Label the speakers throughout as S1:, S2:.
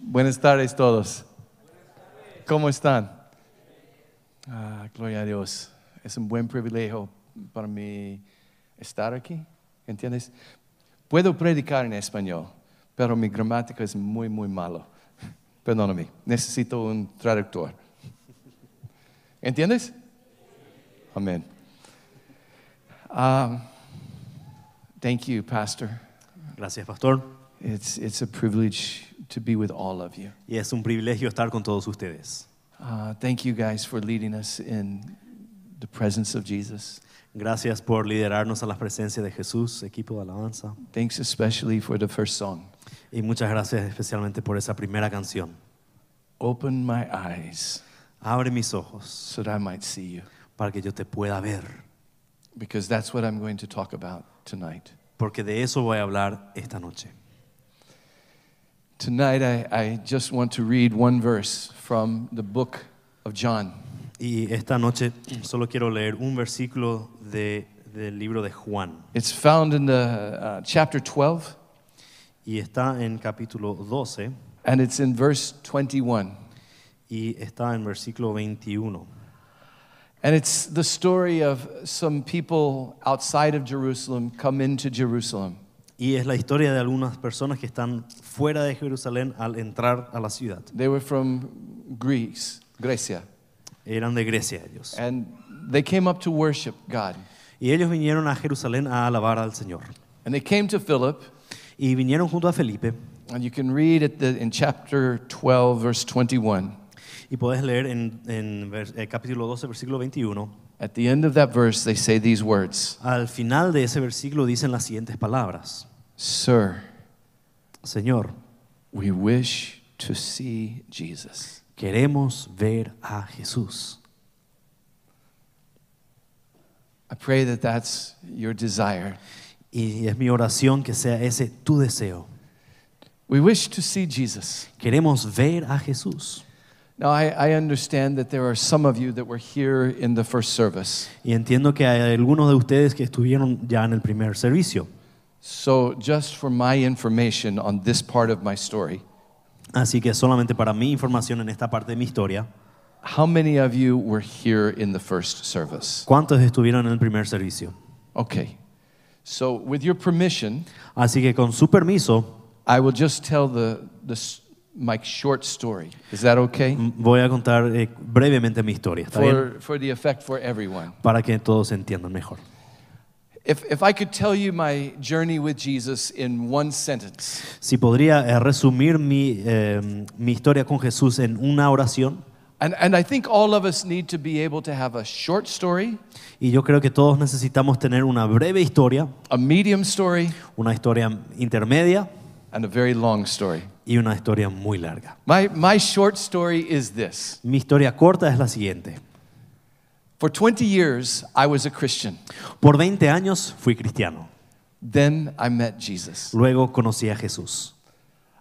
S1: Buenas tardes todos. ¿Cómo están? Ah, gloria a Dios. Es un buen privilegio para mí estar aquí. ¿Entiendes? Puedo predicar en español, pero mi gramática es muy, muy malo. Perdóname, necesito un traductor. ¿Entiendes? Amén. Um, thank you, Pastor.
S2: Gracias, pastor.
S1: It's, it's a privilege to be with all of you.
S2: Y es un privilegio estar con todos ustedes.
S1: Uh, thank you guys for leading us in the presence of Jesus.
S2: Gracias por liderarnos a la presencia de Jesús, equipo de alabanza.
S1: Thanks especially for the first song.
S2: Y muchas gracias especialmente por esa primera canción.
S1: Open my eyes
S2: Abre mis ojos
S1: so that I might see you,
S2: para que yo te pueda ver,
S1: because that's what I'm going to talk about tonight.
S2: porque de eso voy a hablar esta noche.
S1: Tonight, I, I just want to read one verse from the book of John.
S2: Y esta noche solo quiero leer un versículo de- del libro de Juan.
S1: It's found in the uh, chapter 12,
S2: Y está en capítulo 12
S1: and it's in verse 21.
S2: y está en versículo 21.
S1: And it's the story of some people outside of Jerusalem come into Jerusalem.
S2: Y es la historia de algunas personas que están fuera de Jerusalén al entrar a la ciudad.
S1: They were from Greece, Grecia,
S2: Eran de Grecia ellos.
S1: and they came up to worship God.
S2: Y ellos vinieron a Jerusalén a alabar al Señor.
S1: And they came to Philip,
S2: Y vinieron junto a Felipe.
S1: and you can read at the, in chapter 12, verse 21.
S2: Y podés leer en, en vers- eh, capítulo 12, versículo 21.
S1: At the end of that verse, they say these words
S2: Al final de ese versículo dicen las siguientes palabras.
S1: Sir,
S2: Señor,
S1: we wish to see Jesus.
S2: queremos ver a Jesús.
S1: I pray that that's your desire.
S2: Y es mi oración que sea ese tu deseo.
S1: We wish to see Jesus.
S2: Queremos ver a Jesús.
S1: Now, I, I understand that there are some of you that were here in the first service.
S2: Y entiendo que hay algunos de ustedes que estuvieron ya en el primer servicio.
S1: So, just for my information on this part of my story,
S2: Así que solamente para mi información en esta parte de mi historia,
S1: how many of you were here in the first service?
S2: ¿cuántos estuvieron en el primer servicio?
S1: Okay. So, with your permission,
S2: Así que con su permiso,
S1: I will just tell the, the, s- my short story. Is that okay?
S2: m- voy a contar eh, brevemente mi historia, ¿está bien?
S1: For, for the effect for everyone.
S2: Para que todos entiendan mejor.
S1: If, if I could tell you my journey with Jesus in one sentence,
S2: Si podría eh, resumir mi, eh, mi historia con Jesús en una oración,
S1: and, and I think all of us need to be able to have a short story,
S2: y yo creo que todos necesitamos tener una breve historia,
S1: a medium story,
S2: una historia intermedia
S1: and a very long story.
S2: y una historia muy larga.
S1: My, my short story is this
S2: Mi historia corta es la siguiente.
S1: For 20 years, I was a Christian.
S2: Por 20 años fui cristiano,
S1: Then I met Jesus.
S2: luego conocí a Jesús.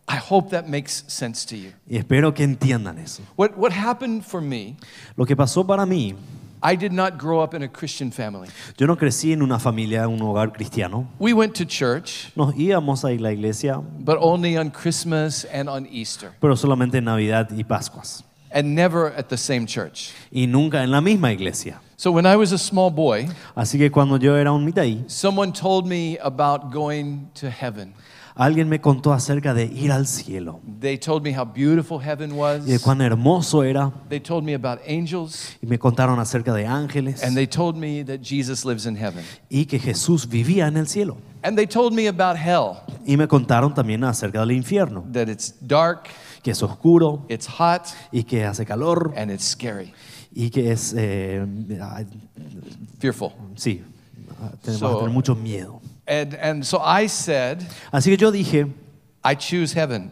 S1: I hope that makes sense to you.
S2: Y espero que entiendan eso.
S1: What, what happened for me,
S2: Lo que pasó para mí,
S1: I did not grow up in a Christian family.
S2: yo no crecí en una familia, en un hogar cristiano.
S1: We went to church,
S2: Nos íbamos a la iglesia,
S1: but only on Christmas and on Easter,
S2: pero solamente en Navidad y Pascuas.
S1: and never at the same church.
S2: Y nunca en la misma iglesia.
S1: So when I was a small boy,
S2: Así que cuando yo era un mitaí,
S1: someone told me about going to heaven.
S2: alguien me contó acerca de ir al cielo.
S1: They told me how beautiful heaven
S2: Y de
S1: was.
S2: cuán hermoso era.
S1: They told me about angels,
S2: Y me contaron acerca de ángeles.
S1: and they told me that Jesus lives in heaven.
S2: Y que Jesús vivía en el cielo.
S1: And they told me about hell,
S2: Y me contaron también acerca del infierno.
S1: that it's dark,
S2: Que es oscuro.
S1: it's hot,
S2: Y que hace calor.
S1: and it's scary,
S2: Y que es eh, ah,
S1: fearful.
S2: Sí, ah, tenemos
S1: So-
S2: que tener mucho miedo.
S1: And, and so I said,
S2: Así que yo dije,
S1: I choose heaven.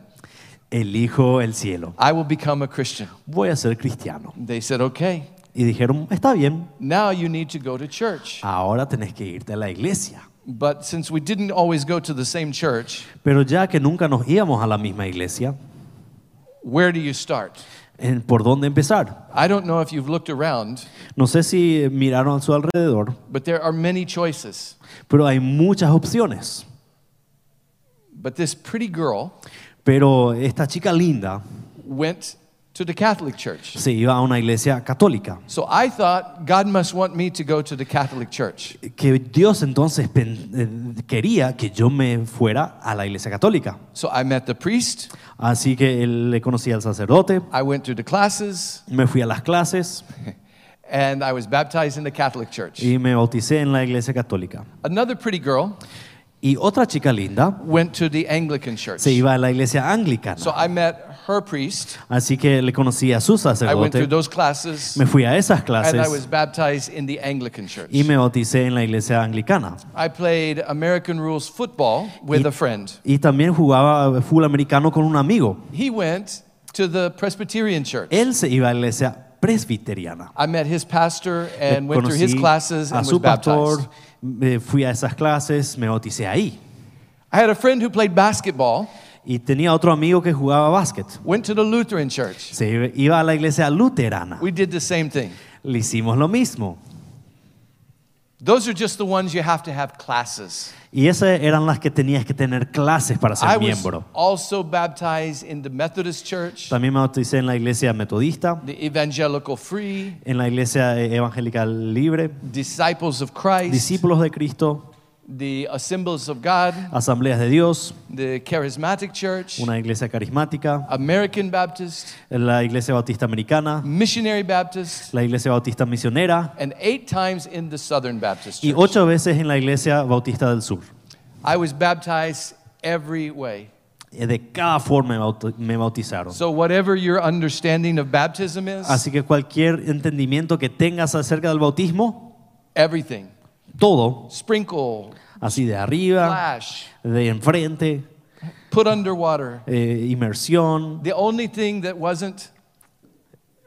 S2: elijo el cielo,
S1: I will become a Christian.
S2: voy a ser cristiano.
S1: They said, okay,
S2: Y dijeron, está bien,
S1: now you need to go to church.
S2: ahora tenés que irte a la iglesia.
S1: But since we didn't always go to the same church,
S2: Pero ya que nunca nos íbamos a la misma iglesia,
S1: where do you start?
S2: ¿en- ¿por dónde empezar?
S1: I don't know if you've looked around,
S2: No sé si miraron a su alrededor,
S1: but there are many choices.
S2: pero hay muchas opciones.
S1: But this pretty girl
S2: Pero Pero esta chica linda
S1: went to the Catholic Church.
S2: se iba a una iglesia católica.
S1: So I thought God must want me to go to the Catholic Church.
S2: Que Dios entonces pen- eh, quería que yo me fuera a la iglesia católica.
S1: So I met the priest,
S2: Así que él le conocía al sacerdote,
S1: I went to the classes,
S2: me fui a las clases
S1: and I was baptized in the Catholic Church.
S2: y me bauticé en la iglesia católica.
S1: Another pretty girl
S2: Y otra chica linda
S1: went to the Anglican Church.
S2: se iba a la iglesia anglicana.
S1: So I met her priest,
S2: Así que le conocí a su
S1: I went through
S2: sacerdote,
S1: those classes,
S2: me fui a esas
S1: and I was
S2: clases
S1: baptized in the Anglican Church.
S2: y me bauticé en la iglesia anglicana.
S1: I played American rules football with
S2: Y-
S1: a friend.
S2: Y también jugaba fútbol americano con un amigo.
S1: He went to the Presbyterian Church.
S2: Él se iba a la iglesia presbiteriana.
S1: I met his pastor and went through
S2: Conocí
S1: his classes
S2: a
S1: and was
S2: su
S1: baptized.
S2: pastor, me fui a esas clases, me bauticé ahí.
S1: I had a friend who played basketball,
S2: Y tenía otro amigo que jugaba básquet.
S1: went to the Lutheran Church.
S2: Se iba- iba a la iglesia luterana.
S1: We did the same thing.
S2: Le hicimos lo mismo.
S1: Those are just the ones you have to have classes.
S2: Y esas eran las que tenías que tener clases para
S1: I
S2: ser
S1: was
S2: miembro.
S1: also baptized in the Methodist Church,
S2: También me bauticé en la iglesia metodista,
S1: the Evangelical Free,
S2: en la iglesia eh, evangélica libre,
S1: Disciples of Christ,
S2: discípulos de Cristo,
S1: the Assemblies of God,
S2: asambleas de Dios,
S1: the Charismatic Church,
S2: una iglesia carismática,
S1: American Baptist,
S2: la iglesia bautista americana,
S1: Missionary Baptist,
S2: la iglesia bautista misionera
S1: and eight times in the Southern Baptist
S2: y
S1: Church.
S2: ocho veces en la iglesia bautista del sur.
S1: I was baptized every way.
S2: Eh, De cada forma me bauti- me bautizaron.
S1: So, whatever your understanding of baptism is,
S2: Así que cualquier entendimiento que tengas acerca del bautismo,
S1: everything
S2: todo,
S1: sprinkle,
S2: así de arriba,
S1: splash,
S2: de enfrente,
S1: put underwater.
S2: eh, inmersión,
S1: The only thing that wasn't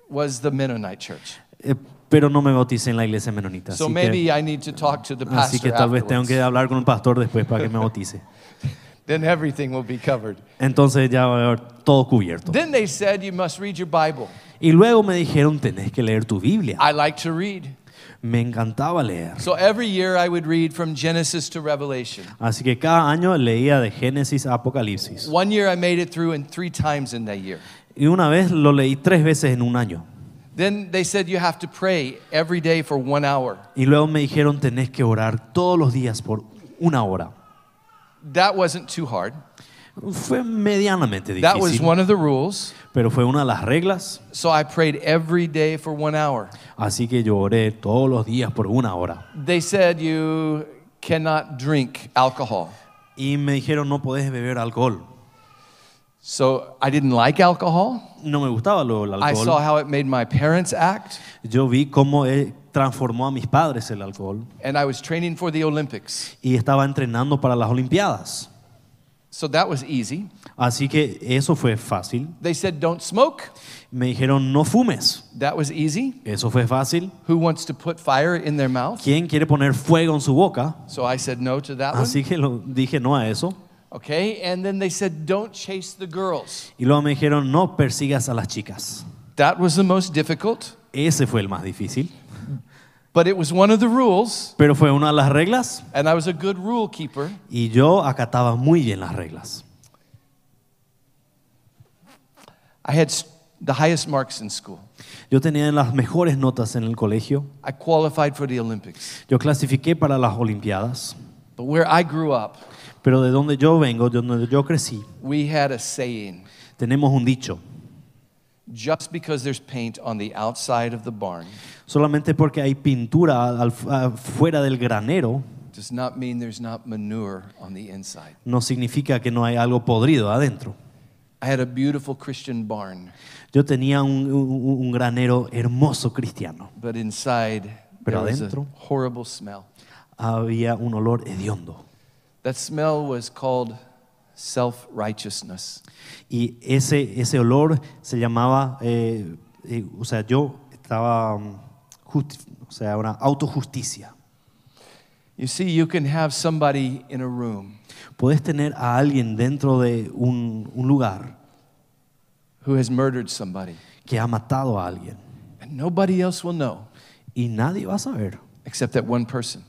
S1: was the Mennonite church.
S2: eh, pero no me bauticé en la iglesia menonita.
S1: So,
S2: así
S1: maybe
S2: que,
S1: I need to talk to the
S2: así
S1: pastor
S2: que tal vez tengo que
S1: afterwards.
S2: hablar con un pastor después para que me bautice.
S1: Then everything will be covered.
S2: Entonces ya va a haber todo cubierto.
S1: Then they said you must read your Bible.
S2: Y luego me dijeron, tenés que leer tu Biblia.
S1: I like to read.
S2: Me encantaba leer.
S1: So every year I would read from Genesis to Revelation.
S2: Así que cada año leía de Génesis a Apocalipsis.
S1: One year I made it through and three times in that year.
S2: Y una vez lo leí tres veces en un año.
S1: Then they said you have to pray every day for one hour.
S2: Y luego me dijeron, tenés que orar todos los días por una hora.
S1: That wasn't too hard.
S2: Fue medianamente
S1: That was
S2: difícil,
S1: one of the rules.
S2: pero fue una de las reglas.
S1: So I prayed every day for one hour.
S2: Así que yo oré todos los días por una hora.
S1: They said you cannot drink alcohol.
S2: Y me dijeron, no podés beber alcohol.
S1: So I didn't like alcohol.
S2: No me gustaba lo- el
S1: I saw
S2: alcohol.
S1: how it made my parents act,
S2: Yo vi cómo eh, transformó a mis padres el alcohol.
S1: and I was training for the Olympics.
S2: Y estaba entrenando para las Olimpiadas.
S1: So that was easy.
S2: Así que eso fue fácil.
S1: They said don't smoke.
S2: Me dijeron, no fumes.
S1: That was easy.
S2: Eso fue fácil.
S1: Who wants to put fire in their mouth?
S2: ¿Quién quiere poner fuego en su boca?
S1: So I said no to that one.
S2: Así que lo, dije no a eso.
S1: Okay, and then they said, don't chase the girls.
S2: Y luego me dijeron, no persigas a las chicas.
S1: That was the most difficult,
S2: Ese fue el más difícil.
S1: but it was one of the rules,
S2: Pero fue una de las reglas
S1: and I was a good rule keeper.
S2: y yo acataba muy bien las reglas.
S1: I had s- the highest marks in school.
S2: Yo tenía las mejores notas en el colegio.
S1: I qualified for the Olympics.
S2: Yo clasifiqué para las Olimpiadas.
S1: But where I grew up,
S2: Pero de donde yo vengo, de donde yo crecí,
S1: we had a saying
S2: tenemos un dicho.
S1: just because there's paint on the outside of the barn
S2: Solamente porque hay pintura al- al- fuera del granero,
S1: does not mean there's not manure on the inside.
S2: no significa que no hay algo podrido adentro.
S1: I had a beautiful Christian barn,
S2: Yo tenía un, un- un granero hermoso cristiano.
S1: but inside there
S2: Pero
S1: was a
S2: adentro-
S1: horrible smell.
S2: Había un olor hediondo.
S1: That smell was called self righteousness.
S2: Y ese, ese olor se llamaba, eh, eh, o sea, yo estaba, mm, justi- o sea, una autojusticia.
S1: You see, you can have somebody in a room
S2: Podés tener a alguien dentro de un, un lugar
S1: who has murdered somebody,
S2: que ha matado a alguien
S1: and nobody else will know
S2: y nadie va a saber,
S1: except that one person.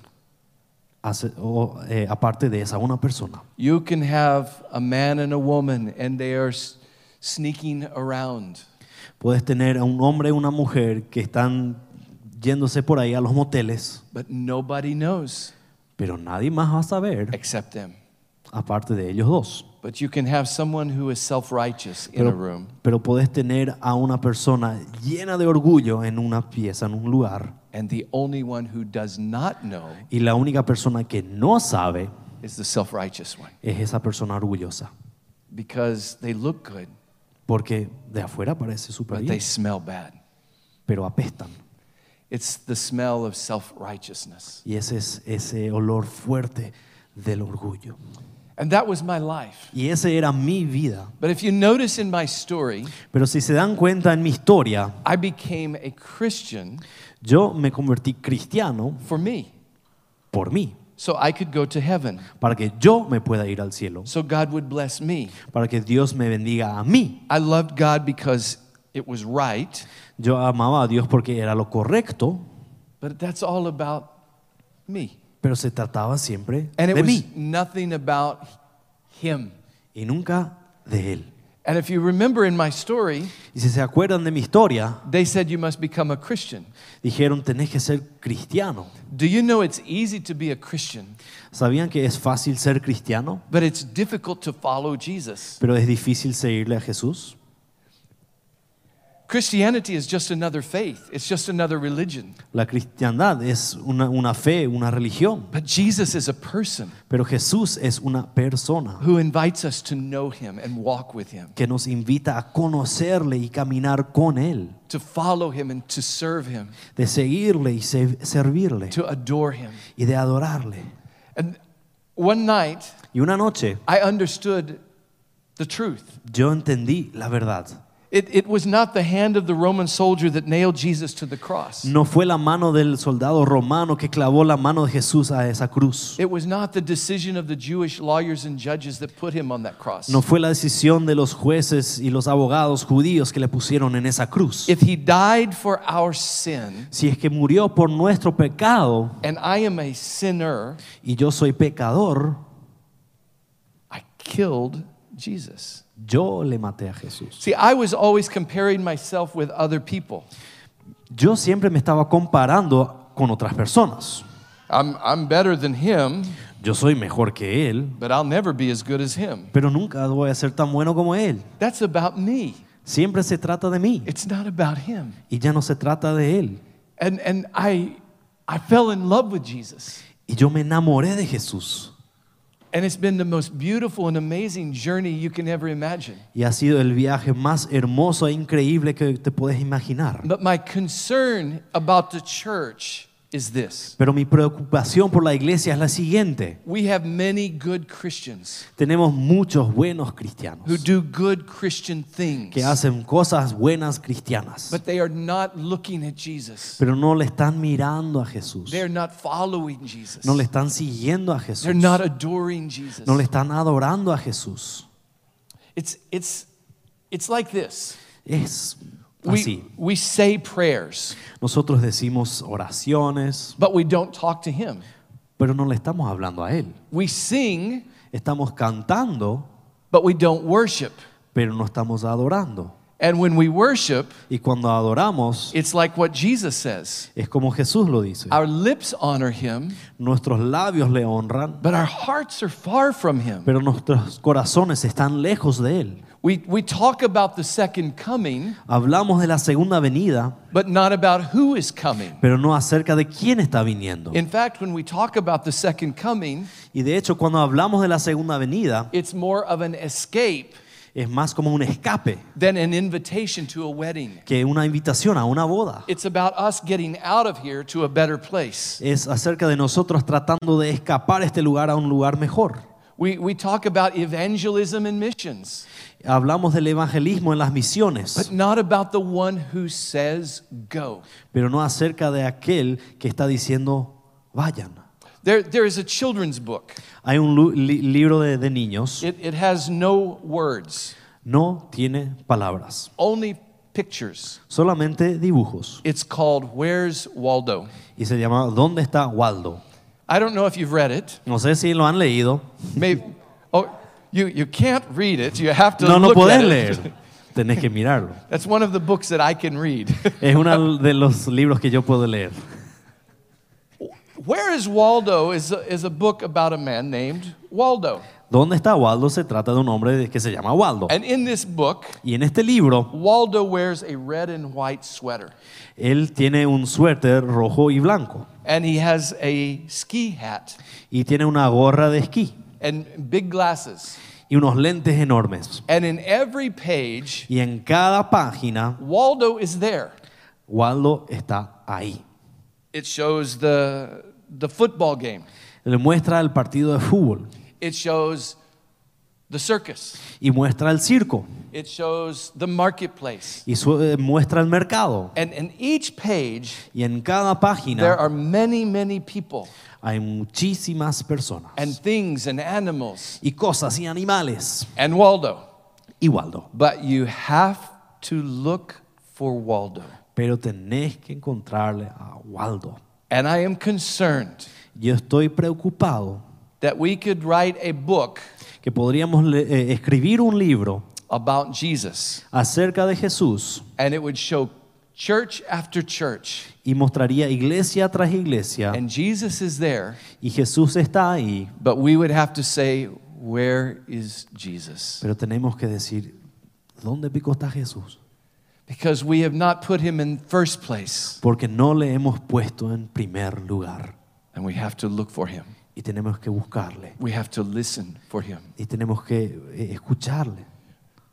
S2: hace- o, eh, aparte de esa una persona.
S1: You can have a man and a woman, and they are s- sneaking around.
S2: Puedes tener a un hombre y una mujer que están yéndose por ahí a los moteles,
S1: But nobody knows
S2: pero nadie más va a saber
S1: except them.
S2: aparte de ellos dos.
S1: But you can have someone who is self righteous in a
S2: Pero,
S1: room,
S2: pero puedes tener a una persona llena de orgullo en una pieza, en un lugar,
S1: and the only one who does not know
S2: y la única persona que no sabe
S1: is the self righteous one
S2: es esa persona orgullosa,
S1: because they look good,
S2: porque de afuera parece súper
S1: but they
S2: bien,
S1: smell bad.
S2: pero apestan.
S1: It's the smell of self righteousness.
S2: Y ese es ese olor fuerte del orgullo.
S1: And that was my life.
S2: Y esa era mi vida.
S1: But if you notice in my story,
S2: Pero si se dan cuenta en mi historia,
S1: I became a Christian
S2: Yo me convertí cristiano
S1: for me,
S2: por mí,
S1: so I could go to heaven,
S2: para que yo me pueda ir al cielo,
S1: so God would bless me.
S2: para que Dios me bendiga a mí.
S1: I loved God because it was right,
S2: Yo amaba a Dios porque era lo correcto,
S1: but that's all about me.
S2: pero se trataba siempre
S1: And it
S2: de
S1: was
S2: mí
S1: nothing about Him.
S2: y nunca de Él.
S1: And if you remember in my story,
S2: Y si se acuerdan de mi historia,
S1: they said you must become a Christian.
S2: dijeron tenés que ser cristiano.
S1: Do you know it's easy to be a Christian,
S2: ¿Sabían que es fácil ser cristiano,
S1: but it's difficult to follow Jesus?
S2: pero es difícil seguirle a Jesús?
S1: Christianity is just another faith, it's just another religion.
S2: La cristiandad es una, una fe, una religión,
S1: But Jesus is a person
S2: pero Jesús es una persona.
S1: who invites us to know Him and walk with Him,
S2: que nos invita a conocerle y caminar con Él,
S1: to follow Him and to serve Him,
S2: de seguirle y se- servirle
S1: to adore Him.
S2: y de adorarle.
S1: And one night,
S2: Y una noche
S1: I understood the truth.
S2: yo entendí la verdad.
S1: It, it was not the hand of the Roman soldier that nailed Jesus to the cross.
S2: No fue la mano del soldado romano que clavó la mano de Jesús a esa cruz.
S1: It was not the decision of the Jewish lawyers and judges that put him on that cross.
S2: No fue la decisión de los jueces y los abogados judíos que le pusieron en esa cruz.
S1: If he died for our sin,
S2: Si es que murió por nuestro pecado
S1: and I am a sinner,
S2: y yo soy pecador,
S1: I killed Jesus.
S2: yo le maté a Jesús.
S1: See, I was always comparing myself with other people.
S2: Yo siempre me estaba comparando con otras personas.
S1: I'm, I'm better than him,
S2: Yo soy mejor que él,
S1: but I'll never be as good as him.
S2: pero nunca voy a ser tan bueno como él.
S1: That's about me.
S2: Siempre se trata de mí
S1: It's not about him.
S2: y ya no se trata de él.
S1: And, and I, I fell in love with Jesus.
S2: Y yo me enamoré de Jesús
S1: And it's been the most beautiful and amazing journey you can ever imagine.
S2: y ha sido el viaje más hermoso e increíble que te puedes imaginar.
S1: But my concern about the church is this
S2: Pero mi preocupación por la iglesia es la siguiente.
S1: we have many good Christians
S2: Tenemos muchos buenos
S1: who
S2: cristianos
S1: do good Christian things,
S2: que hacen cosas buenas cristianas,
S1: but they are not looking at Jesus.
S2: pero no le están mirando a Jesús,
S1: They're not following Jesus.
S2: no le están siguiendo a Jesús,
S1: They're not adoring Jesus.
S2: no le están adorando a Jesús.
S1: It's, it's, it's like this
S2: Es
S1: we,
S2: así.
S1: we say prayers,
S2: Nosotros decimos oraciones,
S1: but we don't talk to Him.
S2: pero no le estamos hablando a Él.
S1: We sing,
S2: Estamos cantando,
S1: but we don't worship.
S2: pero no estamos adorando.
S1: And when we worship,
S2: Y cuando adoramos,
S1: it's like what Jesus says
S2: es como Jesús lo dice.
S1: our lips honor Him,
S2: Nuestros labios le honran,
S1: but our hearts are far from Him.
S2: pero nuestros corazones están lejos de Él.
S1: We, we talk about the second coming,
S2: Hablamos de la segunda venida,
S1: but not about who is coming.
S2: pero no acerca de quién está viniendo.
S1: In fact, when we talk about the second coming,
S2: Y de hecho, cuando hablamos de la segunda venida,
S1: it's more of an escape
S2: es más como un escape
S1: than an invitation to a wedding.
S2: que una invitación a una boda.
S1: It's about us getting out of here to a better place.
S2: Es acerca de nosotros tratando de escapar este lugar a un lugar mejor.
S1: We, we talk about evangelism and missions,
S2: Hablamos del evangelismo en las
S1: but
S2: misiones,
S1: not about the one who says go.
S2: pero no acerca de aquel que está diciendo, vayan.
S1: There, there is a children's book.
S2: Hay un lu- li- libro de, de niños,
S1: It, it has no words,
S2: no tiene palabras,
S1: only pictures.
S2: solamente dibujos.
S1: It's called Where's Waldo?
S2: Y se llama ¿Dónde está Waldo?
S1: I don't know if you've read it.
S2: No sé si lo han leído.
S1: Maybe, oh, you, you can't read it. You have to
S2: No, no
S1: look
S2: podés
S1: at
S2: leer.
S1: it.
S2: Tenés que mirarlo.
S1: That's one of the books that I can read.
S2: Es uno de los libros que yo puedo leer.
S1: Where is Waldo is a, is a book about a man named Waldo.
S2: ¿Dónde está Waldo? Se trata de un hombre que se llama Waldo.
S1: And in this book,
S2: Y en este libro,
S1: Waldo wears a red and white sweater.
S2: él tiene un suéter rojo y blanco.
S1: And he has a ski hat
S2: Y tiene una gorra de esquí.
S1: and big glasses.
S2: Y unos lentes enormes.
S1: And in every page,
S2: Y en cada página,
S1: Waldo is there.
S2: Waldo está ahí.
S1: It shows the, the football game,
S2: Le muestra el partido de fútbol.
S1: it shows the circus,
S2: Y muestra el circo.
S1: it shows the marketplace.
S2: Y su- eh, muestra el mercado.
S1: And in each page,
S2: Y en cada
S1: there
S2: página
S1: are many, many people
S2: hay muchísimas personas.
S1: and things and animals
S2: Y cosas y animales.
S1: and Waldo.
S2: Y Waldo.
S1: But you have to look for Waldo.
S2: Pero tenés que encontrarle a Waldo.
S1: And I am concerned
S2: Yo estoy preocupado
S1: that we could write a book
S2: que podríamos le- eh, escribir un libro
S1: about Jesus
S2: acerca de Jesús
S1: and it would show church after church.
S2: y mostraría iglesia tras iglesia
S1: And Jesus is there,
S2: y Jesús está ahí,
S1: but we would have to say, Where is Jesus?
S2: pero tenemos que decir, ¿dónde pico está Jesús?
S1: Because we have not put him in first place
S2: Porque no le hemos puesto en primer lugar
S1: and we have to look for him.
S2: y tenemos que buscarle
S1: We have to listen for him.
S2: y tenemos que eh, escucharle.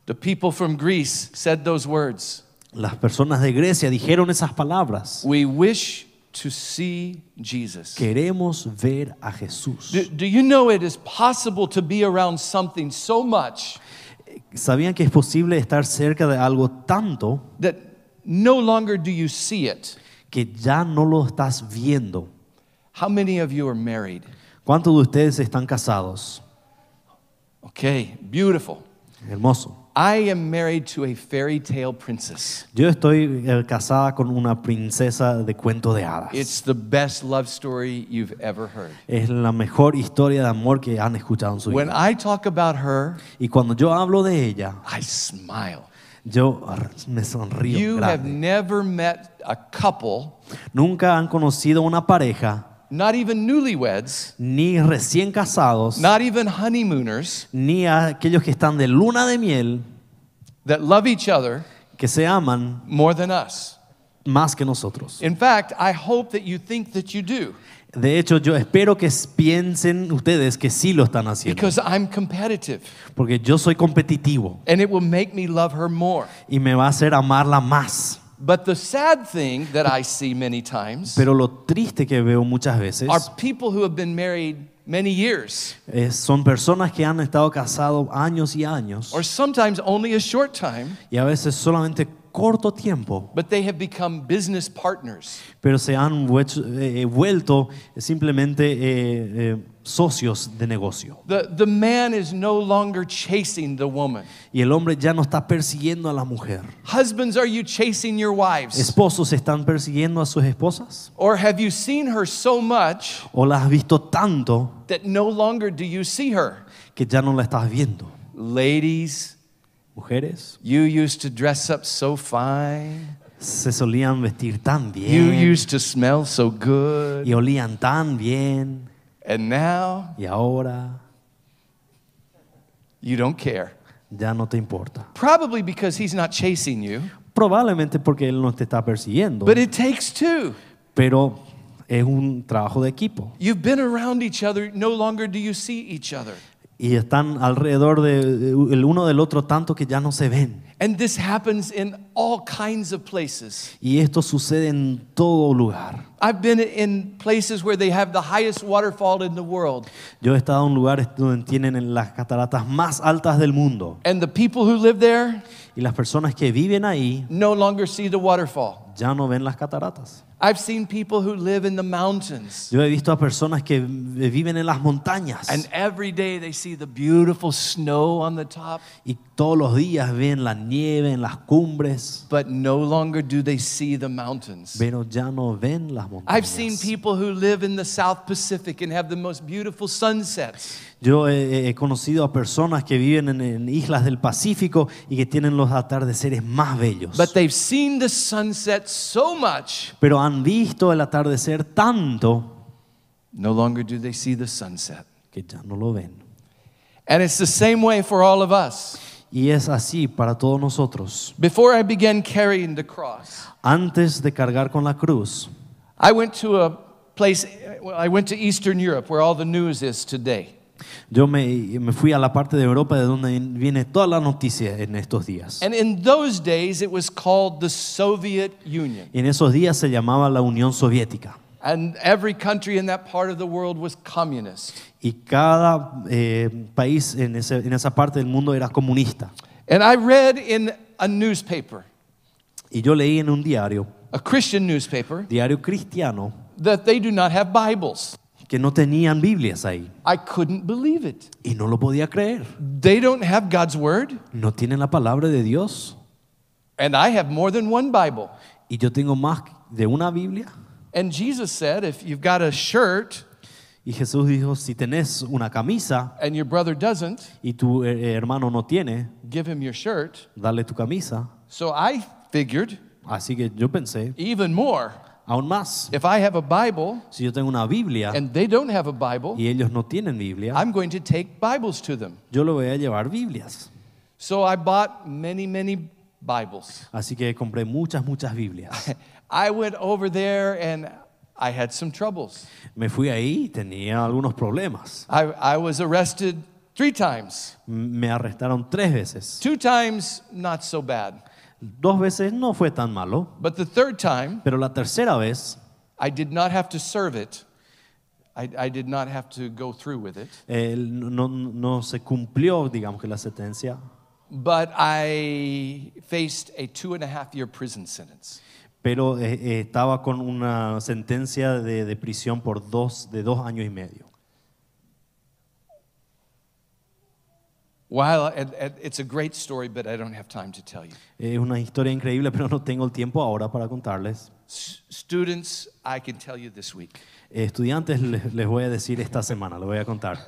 S1: The people from Greece said those words.
S2: Las personas de Grecia dijeron esas palabras.
S1: We wish to see Jesus.
S2: Queremos ver a Jesús.
S1: Do, do you know it is possible to be around something so much
S2: Sabían que es posible estar cerca de algo tanto
S1: that no longer do you see it?
S2: que ya no lo estás viendo.
S1: How many of you are married?
S2: ¿Cuántos de ustedes están casados?
S1: Okay, beautiful.
S2: Hermoso.
S1: I am married to a fairy tale princess.
S2: Yo estoy eh, casada con una princesa de cuento de hadas.
S1: It's the best love story you've ever heard.
S2: es la mejor historia de amor que han escuchado en su
S1: When
S2: vida.
S1: I talk about her,
S2: Y cuando yo hablo de ella,
S1: I smile.
S2: yo ar- me sonrío.
S1: You have
S2: grande.
S1: never met a couple,
S2: Nunca han conocido una pareja,
S1: not even newlyweds,
S2: ni recién casados,
S1: not even honeymooners,
S2: ni a aquellos que están de luna de miel,
S1: that love each other
S2: que se aman
S1: more than us.
S2: más que nosotros.
S1: In fact, I hope that you think that you do
S2: De hecho, yo espero que s- piensen ustedes que sí lo están haciendo,
S1: because I'm competitive
S2: porque yo soy competitivo
S1: and it will make me love her more.
S2: y me va a hacer amarla más.
S1: But the sad thing that I see many times
S2: Pero lo triste que veo muchas veces
S1: are people who have been married many years
S2: es- Eh, son personas que han estado casados años y años
S1: or sometimes only a short time,
S2: y a veces solamente corto tiempo,
S1: but they have become business partners.
S2: pero se han vuelto, eh, eh, vuelto simplemente eh, eh, socios de negocio.
S1: The, the man is no longer chasing the woman.
S2: Y el hombre ya no está persiguiendo a la mujer.
S1: Husbands, are you chasing your wives?
S2: ¿Esposos están persiguiendo a sus esposas?
S1: Or have you seen her so much
S2: ¿O las has visto tanto
S1: that no longer do you see her?
S2: que ya no la estás viendo?
S1: Ladies,
S2: Mujeres
S1: You used to dress up so fine.
S2: se solían vestir tan
S1: You
S2: bien
S1: used to smell so good.
S2: y olían tan bien
S1: And now
S2: y ahora
S1: you don't care.
S2: ya no te importa.
S1: Probably because he's not chasing you,
S2: Probablemente porque él no te está persiguiendo,
S1: but it takes two.
S2: pero es un trabajo de equipo.
S1: You've been around each other, no longer do you see each other.
S2: Y están alrededor de- de- el uno del otro tanto que ya no se ven.
S1: And this happens in all kinds of places.
S2: Y esto sucede en todo lugar.
S1: I've been in places where they have the highest waterfall in the world,
S2: Yo he estado en lugares donde tienen las cataratas más altas del mundo.
S1: and the people who live there
S2: Y las personas que viven ahí
S1: no longer see the waterfall.
S2: ya no ven las cataratas.
S1: I've seen people who live in the mountains,
S2: Yo he visto a personas que vi- viven en las montañas
S1: and every day they see the beautiful snow on the top,
S2: y todos los días ven la nieve en las cumbres,
S1: but no longer do they see the mountains.
S2: pero ya no ven las
S1: I've seen
S2: montañas.
S1: people who live in the South Pacific and have the most beautiful sunsets,
S2: Yo he, he- he conocido a personas que viven en, en islas del Pacífico y que tienen los atardeceres más bellos.
S1: but they've seen the sunset so much,
S2: Pero han visto el atardecer tanto
S1: no longer do they see the sunset.
S2: que ya no lo ven.
S1: And it's the same way for all of us.
S2: Y es así para todos nosotros.
S1: Before I began carrying the cross,
S2: Antes de cargar con la cruz,
S1: I went to a place, well, I went to Eastern Europe where all the news is today.
S2: yo me, me fui a la parte de Europa de donde viene toda la noticia en estos días.
S1: And in those days, it was called the Soviet Union.
S2: En esos días se llamaba la Unión Soviética
S1: And every country in that part of the world was communist.
S2: y cada eh, país en, ese- en esa parte del mundo era comunista.
S1: And I read in a newspaper,
S2: Y yo leí en un diario,
S1: a Christian newspaper,
S2: diario cristiano,
S1: that they do not have Bibles.
S2: que no tenían Biblias ahí
S1: I couldn't believe it.
S2: y no lo podía creer.
S1: They don't have God's Word,
S2: No tienen la palabra de Dios
S1: and I have more than one Bible.
S2: y yo tengo más de una Biblia.
S1: And Jesus said, if you've got a shirt
S2: Y Jesús dijo, si tenés una camisa
S1: and your brother doesn't,
S2: y tu eh, hermano no tiene,
S1: give him your shirt.
S2: dale tu camisa.
S1: So I figured
S2: Así que yo pensé,
S1: even more
S2: aún más,
S1: if I have a Bible
S2: si yo tengo una Biblia
S1: and they don't have a Bible,
S2: y ellos no tienen Biblia,
S1: I'm going to take Bibles to them.
S2: yo le voy a llevar Biblias.
S1: So I bought many, many Bibles.
S2: Así que compré muchas, muchas Biblias.
S1: I went over there and I had some troubles.
S2: Me fui ahí, tenía algunos problemas.
S1: I, I was arrested three times.
S2: M- Me arrestaron tres veces.
S1: Two times, not so bad.
S2: Dos veces no fue tan malo,
S1: But the third time,
S2: pero la tercera vez
S1: I did not have to serve it. I, I did not have to go through with it.
S2: eh, no, no se cumplió, digamos que la sentencia,
S1: But I faced a two and a half year prison sentence.
S2: pero eh, eh, estaba con una sentencia de, de prisión por dos, de dos años y medio.
S1: While and- and it's a great story, but I don't have time to tell you.
S2: Es una historia increíble, pero no tengo el tiempo ahora para contarles.
S1: S- students, I can tell you this week.
S2: Eh, estudiantes les, les voy a decir esta semana, les voy a contar.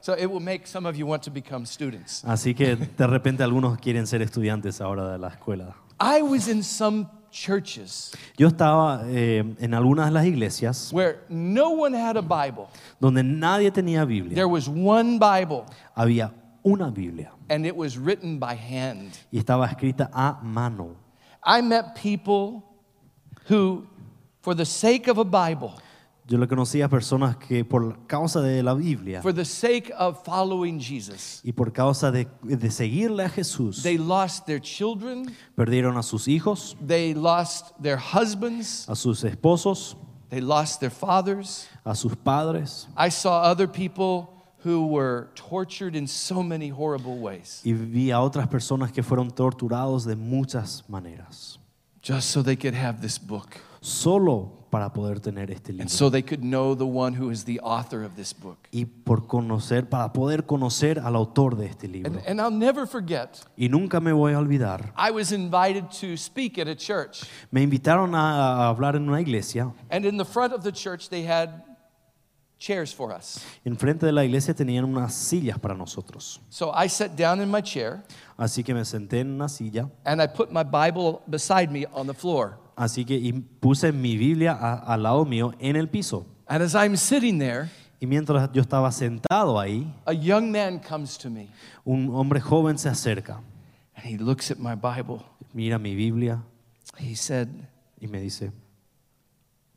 S1: So it will make some of you want to become students.
S2: Así que de repente algunos quieren ser estudiantes ahora de la escuela.
S1: I was in some churches
S2: Yo estaba eh, en algunas de las iglesias
S1: where no one had a Bible.
S2: donde nadie tenía Biblia.
S1: There was one Bible,
S2: Había una Biblia
S1: and it was written by hand.
S2: y estaba escrita a mano.
S1: I met people who, for the sake of a Bible,
S2: Yo le conocía a personas que por causa de la Biblia
S1: for the sake of following Jesus,
S2: y por causa de, de seguirle a Jesús
S1: they lost their children,
S2: perdieron a sus hijos,
S1: they lost their husbands,
S2: a sus esposos,
S1: they lost their fathers.
S2: a sus padres.
S1: I saw other people who were tortured in so many horrible ways
S2: Y vi a otras personas que fueron torturados de muchas maneras,
S1: just so they could have this book
S2: solo para poder tener este
S1: and
S2: libro.
S1: so they could know the one who is the author of this book.
S2: Y por conocer, para poder conocer al autor de este
S1: And,
S2: libro.
S1: and I'll never forget,
S2: Y nunca me voy a olvidar.
S1: I was invited to speak at a church,
S2: Me invitaron a a hablar en una iglesia.
S1: and in the front of the church, they had chairs for us.
S2: Enfrente de la iglesia tenían unas sillas para nosotros.
S1: So I sat down in my chair
S2: Así que me senté en una silla.
S1: and I put my Bible beside me on the floor.
S2: Así que y puse mi Biblia a- al lado mío en el piso.
S1: And as I'm sitting there,
S2: Y mientras yo estaba sentado ahí,
S1: a young man comes to me
S2: un hombre joven se acerca.
S1: and he looks at my Bible.
S2: Mira mi Biblia
S1: He said,
S2: y me dice,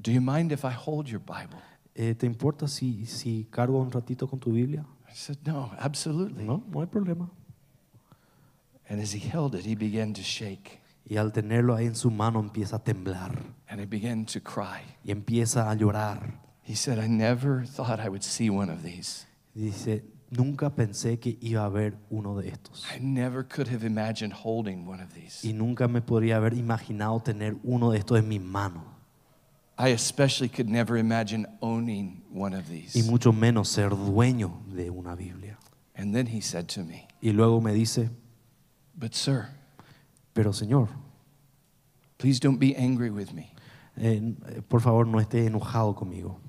S1: Do you mind if I hold your Bible?
S2: Eh, ¿Te importa si, si cargo un ratito con tu Biblia?
S1: I said, No, absolutely.
S2: No, no hay problema.
S1: And as he held it, he began to shake
S2: Y al tenerlo ahí en su mano empieza a temblar
S1: and he began to cry.
S2: y empieza a llorar.
S1: He said, I never thought I would see one of these.
S2: Dice, Nunca pensé que iba a haber uno de estos.
S1: I never could have imagined holding one of these.
S2: Y nunca me podría haber imaginado tener uno de estos en mi mano.
S1: I especially could never imagine owning one of
S2: Y
S1: these.
S2: mucho menos ser dueño de una Biblia.
S1: And then he said to me,
S2: Y luego me dice,
S1: But, sir,
S2: pero Señor,
S1: please don't be angry with me.
S2: eh, eh, por favor no esté enojado conmigo.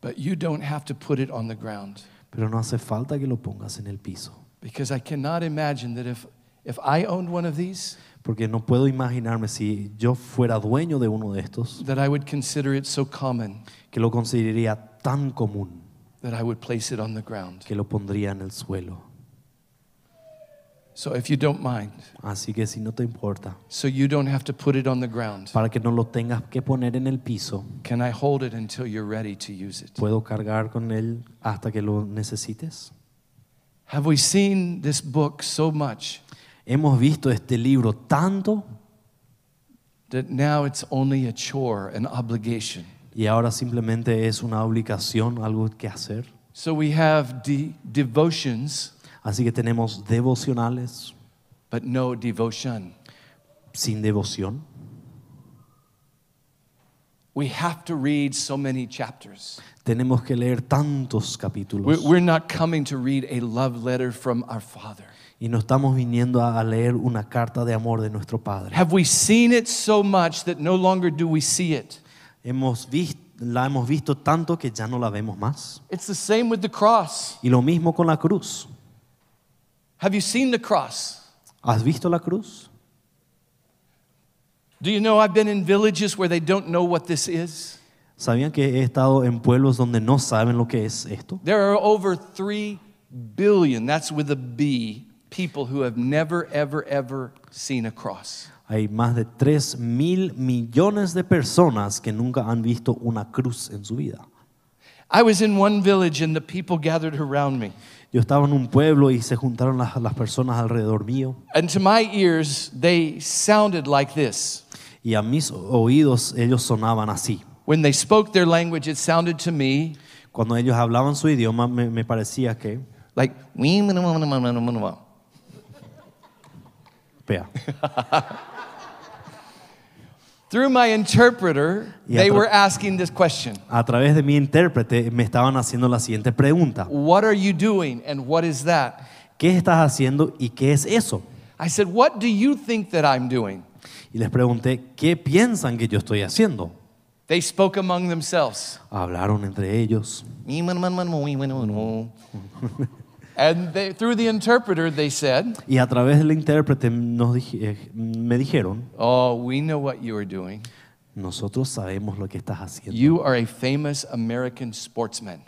S1: But you don't have to put it on the ground
S2: Pero no hace falta que lo pongas en el piso.
S1: because I cannot imagine that if, if I owned one of these,
S2: Porque no puedo imaginarme si yo fuera dueño de uno de estos,
S1: that I would consider it so common
S2: que lo consideraría tan común
S1: that I would place it on the ground.
S2: que lo pondría en el suelo.
S1: So if you don't mind,
S2: Así que si no te importa,
S1: so you don't have to put it on the ground,
S2: para que no lo tengas que poner en el piso,
S1: can I hold it until you're ready to use it?
S2: puedo cargar con él hasta que lo necesites.
S1: Have we seen this book so much
S2: Hemos visto este libro tanto
S1: that now it's only a chore, an obligation?
S2: y ahora simplemente es una obligación, algo que hacer.
S1: So we have de- devotions,
S2: Así que tenemos devocionales
S1: but no devotion.
S2: sin devoción.
S1: We have to read so many chapters.
S2: Tenemos que leer tantos capítulos.
S1: We're, we're not coming to read a love letter from our Father.
S2: y no estamos viniendo a a leer una carta de amor de nuestro Padre.
S1: Have we seen it so much that no longer do we see it?
S2: Hemos vis- la hemos visto tanto que ya no la vemos más.
S1: It's the same with the cross.
S2: Y lo mismo con la cruz.
S1: Have you seen the cross?
S2: ¿Has visto la cruz?
S1: Do you know I've been in villages where they don't know what this is?
S2: ¿Sabían que he estado en pueblos donde no saben lo que es esto?
S1: There are over 3 billion, that's with a B, people who have never, ever, ever seen a cross.
S2: Hay más de 3 mil millones de personas que nunca han visto una cruz en su vida.
S1: I was in one village and the people gathered around me.
S2: Yo estaba en un pueblo y se juntaron las, las personas alrededor mío
S1: And to my ears, they sounded like this.
S2: y a mis oídos ellos sonaban así.
S1: When they spoke their language, it sounded to me
S2: Cuando ellos hablaban su idioma me- me parecía que...
S1: like, "Wee, minu, minu, minu, minu, minu, minu."
S2: Pea.
S1: through my interpreter,
S2: Y
S1: they
S2: apro-
S1: were asking this question
S2: a través de mi intérprete me estaban haciendo la siguiente pregunta.
S1: What are you doing and what is that?
S2: ¿Qué estás haciendo y qué es eso?
S1: I said, What do you think that I'm doing?
S2: Y les pregunté, ¿qué piensan que yo estoy haciendo?
S1: They spoke among themselves.
S2: Hablaron entre ellos.
S1: "Wee, minu, minu, minu, wee, minu, minu." and they, through the interpreter, they said,
S2: Y a través del intérprete nos dij- eh, me dijeron,
S1: Oh, we know what you are doing.
S2: nosotros sabemos lo que estás haciendo.
S1: You are a famous American sportsman.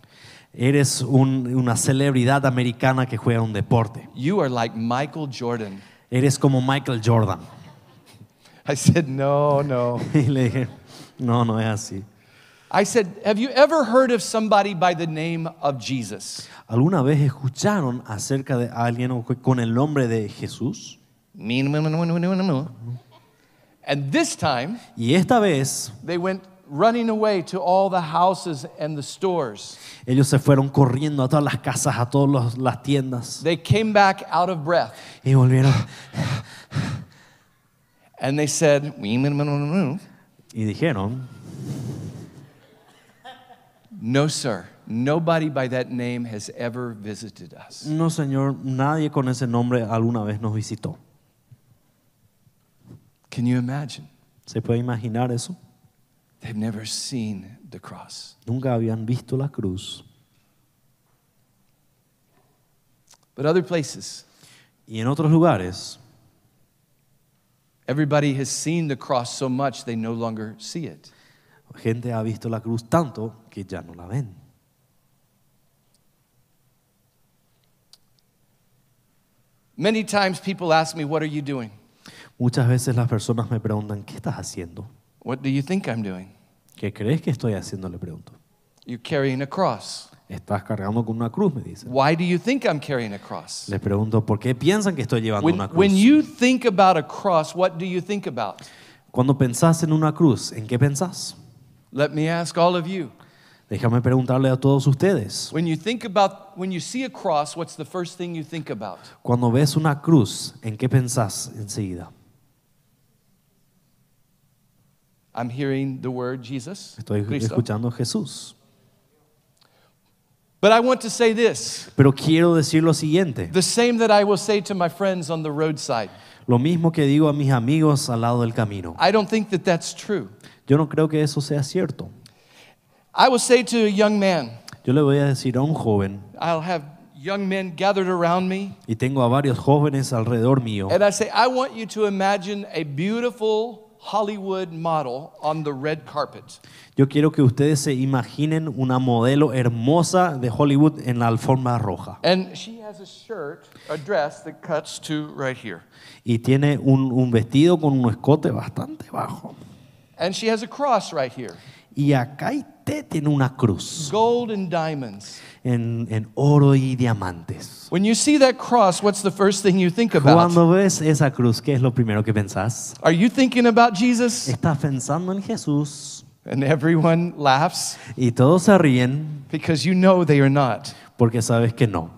S2: Eres un- una celebridad americana que juega un deporte.
S1: You are like Michael Jordan.
S2: Eres como Michael Jordan.
S1: I said, No, no.
S2: Y le dije, no, no es así.
S1: I said, Have you ever heard of somebody by the name of Jesus?
S2: ¿Alguna vez escucharon acerca de alguien o que- con el nombre de Jesús?
S1: And this time,
S2: Y esta vez
S1: they went running away to all the houses and the stores.
S2: Ellos se fueron corriendo a todas las casas, a todas los- las tiendas.
S1: They came back out of breath
S2: Y volvieron
S1: and they said, "Wee, minu, minu, minu, minu."
S2: y dijeron,
S1: No, sir. Nobody by that name has ever visited us.
S2: no señor, nadie con ese nombre alguna vez nos visitó.
S1: Can you imagine?
S2: ¿Se puede imaginar eso?
S1: They've never seen the cross.
S2: Nunca habían visto la cruz.
S1: But other places,
S2: Y en otros lugares,
S1: Everybody has seen the cross so much they no longer see it.
S2: gente ha visto la cruz tanto que ya no la ven.
S1: Many times people ask me, What are you doing?
S2: Muchas veces las personas me preguntan, ¿qué estás haciendo?
S1: What do you think I'm doing?
S2: ¿Qué crees que estoy haciendo? Le pregunto.
S1: You're carrying a cross.
S2: Estás cargando con una cruz, me dicen.
S1: Why do you think I'm carrying a cross?
S2: Les pregunto, ¿por qué piensan que estoy llevando
S1: When,
S2: una cruz?
S1: when you think about a cross, what do you think about?
S2: Cuando pensás en una cruz, ¿en qué pensás?
S1: Let me ask all of you
S2: Déjame preguntarle a todos ustedes,
S1: When you think about, when you see a cross, what's the first thing you think about?
S2: cuando ves una cruz, ¿en qué pensás enseguida?
S1: I'm hearing the word Jesus.
S2: Estoy
S1: Cristo.
S2: escuchando a Jesús.
S1: But I want to say this
S2: Pero quiero decir lo siguiente,
S1: the same that I will say to my friends on the roadside.
S2: lo mismo que digo a mis amigos al lado del camino.
S1: I don't think that that's true.
S2: Yo no creo que eso sea cierto.
S1: I will say to a young man,
S2: Yo le voy a decir a un joven,
S1: I'll have young men gathered around me,
S2: y tengo a varios jóvenes alrededor mío,
S1: and I say, I want you to imagine a beautiful Hollywood model on the red carpet.
S2: yo quiero que ustedes se imaginen una modelo hermosa de Hollywood en la alfombra roja.
S1: And she has a shirt, a dress that cuts to right here.
S2: Y tiene un, un vestido con un escote bastante bajo.
S1: And she has a cross right here,
S2: Y acá y te tiene una cruz
S1: gold and diamonds.
S2: en, en oro y diamantes.
S1: When you see that cross, what's the first thing you think about?
S2: Cuando ves esa cruz, ¿qué es lo primero que pensás?
S1: Are you thinking about Jesus?
S2: Estás pensando en Jesús
S1: And everyone laughs
S2: y todos se ríen
S1: because you know they are not.
S2: porque sabes que no.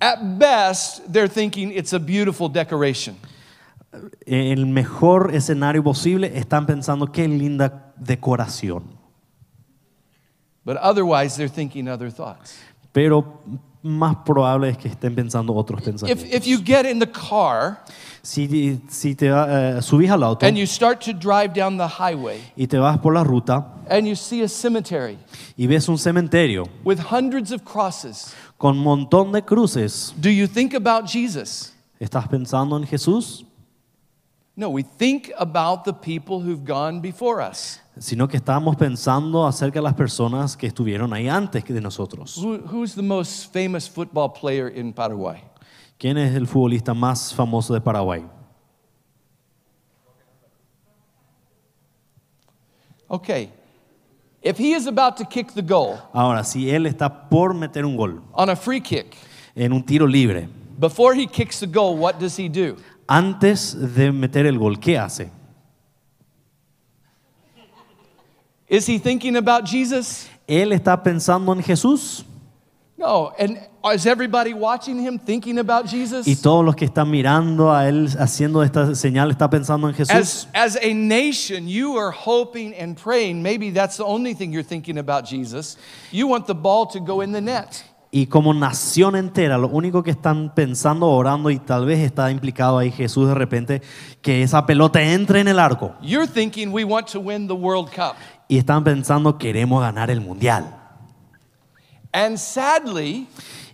S1: At best, they're thinking it's a beautiful decoration.
S2: El mejor escenario posible están pensando qué linda decoración.
S1: But otherwise, they're thinking other thoughts.
S2: Pero más probable es que estén pensando otros
S1: If,
S2: pensamientos.
S1: if you get in the car
S2: si, si te eh, subís al auto
S1: and you start to drive down the highway
S2: y te vas por la ruta,
S1: and you see a cemetery
S2: y ves un cementerio
S1: with hundreds of crosses,
S2: con un montón de cruces,
S1: do you think about Jesus?
S2: ¿estás pensando en Jesús?
S1: No, we think about the people who've gone before us.
S2: Sino que estábamos pensando acerca de las personas que estuvieron ahí antes que de nosotros.
S1: Who, who's the most famous football player in Paraguay?
S2: ¿Quién es el futbolista más famoso de Paraguay?
S1: Okay. If he is about to kick the goal
S2: Ahora, si él está por meter un gol
S1: on a free kick,
S2: en un tiro libre,
S1: before he kicks the goal, what does he do?
S2: antes de meter el gol, ¿qué hace?
S1: Is he thinking about Jesus?
S2: ¿Él está pensando en Jesús?
S1: No. And is everybody watching him thinking about
S2: Y
S1: Jesus?
S2: todos los que están mirando a él haciendo esta señal, ¿está pensando en Jesús?
S1: As, as a nation, you are hoping and praying. Maybe that's the only thing you're thinking about Jesus. You want the ball to go in the net.
S2: Y como nación entera, lo único que están pensando, orando y tal vez está implicado ahí Jesús de repente, que esa pelota entre en el arco.
S1: You're thinking we want to win the World Cup.
S2: Y están pensando, queremos ganar el mundial.
S1: And sadly,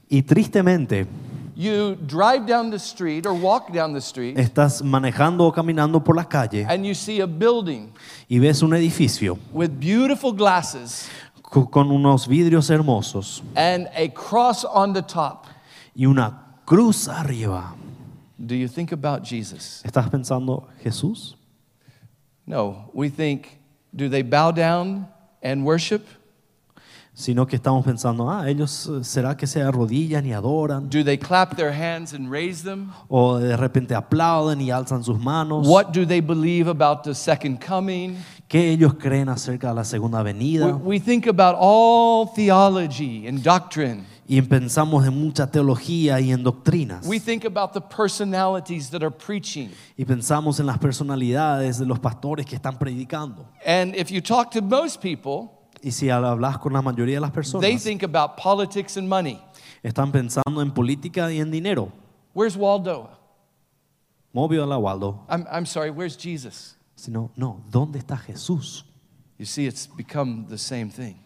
S2: Y tristemente,
S1: you drive down the street or walk down the street
S2: estás manejando o caminando por la calle
S1: and you see a building
S2: y ves un edificio
S1: with beautiful glasses
S2: co- con unos vidrios hermosos
S1: and a cross on the top.
S2: y una cruz arriba.
S1: Do you think about Jesus?
S2: ¿Estás pensando, Jesús?
S1: No, we think, do they bow down and worship?
S2: Sino que estamos pensando, ah, ellos, eh, ¿será que se arrodillan y adoran?
S1: Do they clap their hands and raise them?
S2: O de repente aplauden y alzan sus manos.
S1: What do they believe about the second coming?
S2: ¿Qué ellos creen acerca de la segunda
S1: We,
S2: venida?
S1: we think about all theology and doctrine.
S2: Y pensamos en mucha teología y en doctrinas.
S1: We think about the personalities that are preaching.
S2: Y pensamos en las personalidades de los pastores que están predicando.
S1: And if you talk to most people,
S2: Y si hablas con la mayoría de las
S1: they
S2: personas,
S1: think about politics and money.
S2: están pensando en política y en dinero.
S1: Where's Waldo?
S2: Móvil a la Waldo.
S1: I'm, I'm sorry, where's Jesus?
S2: Sino, no, ¿dónde está Jesús?
S1: You see, it's become the same thing.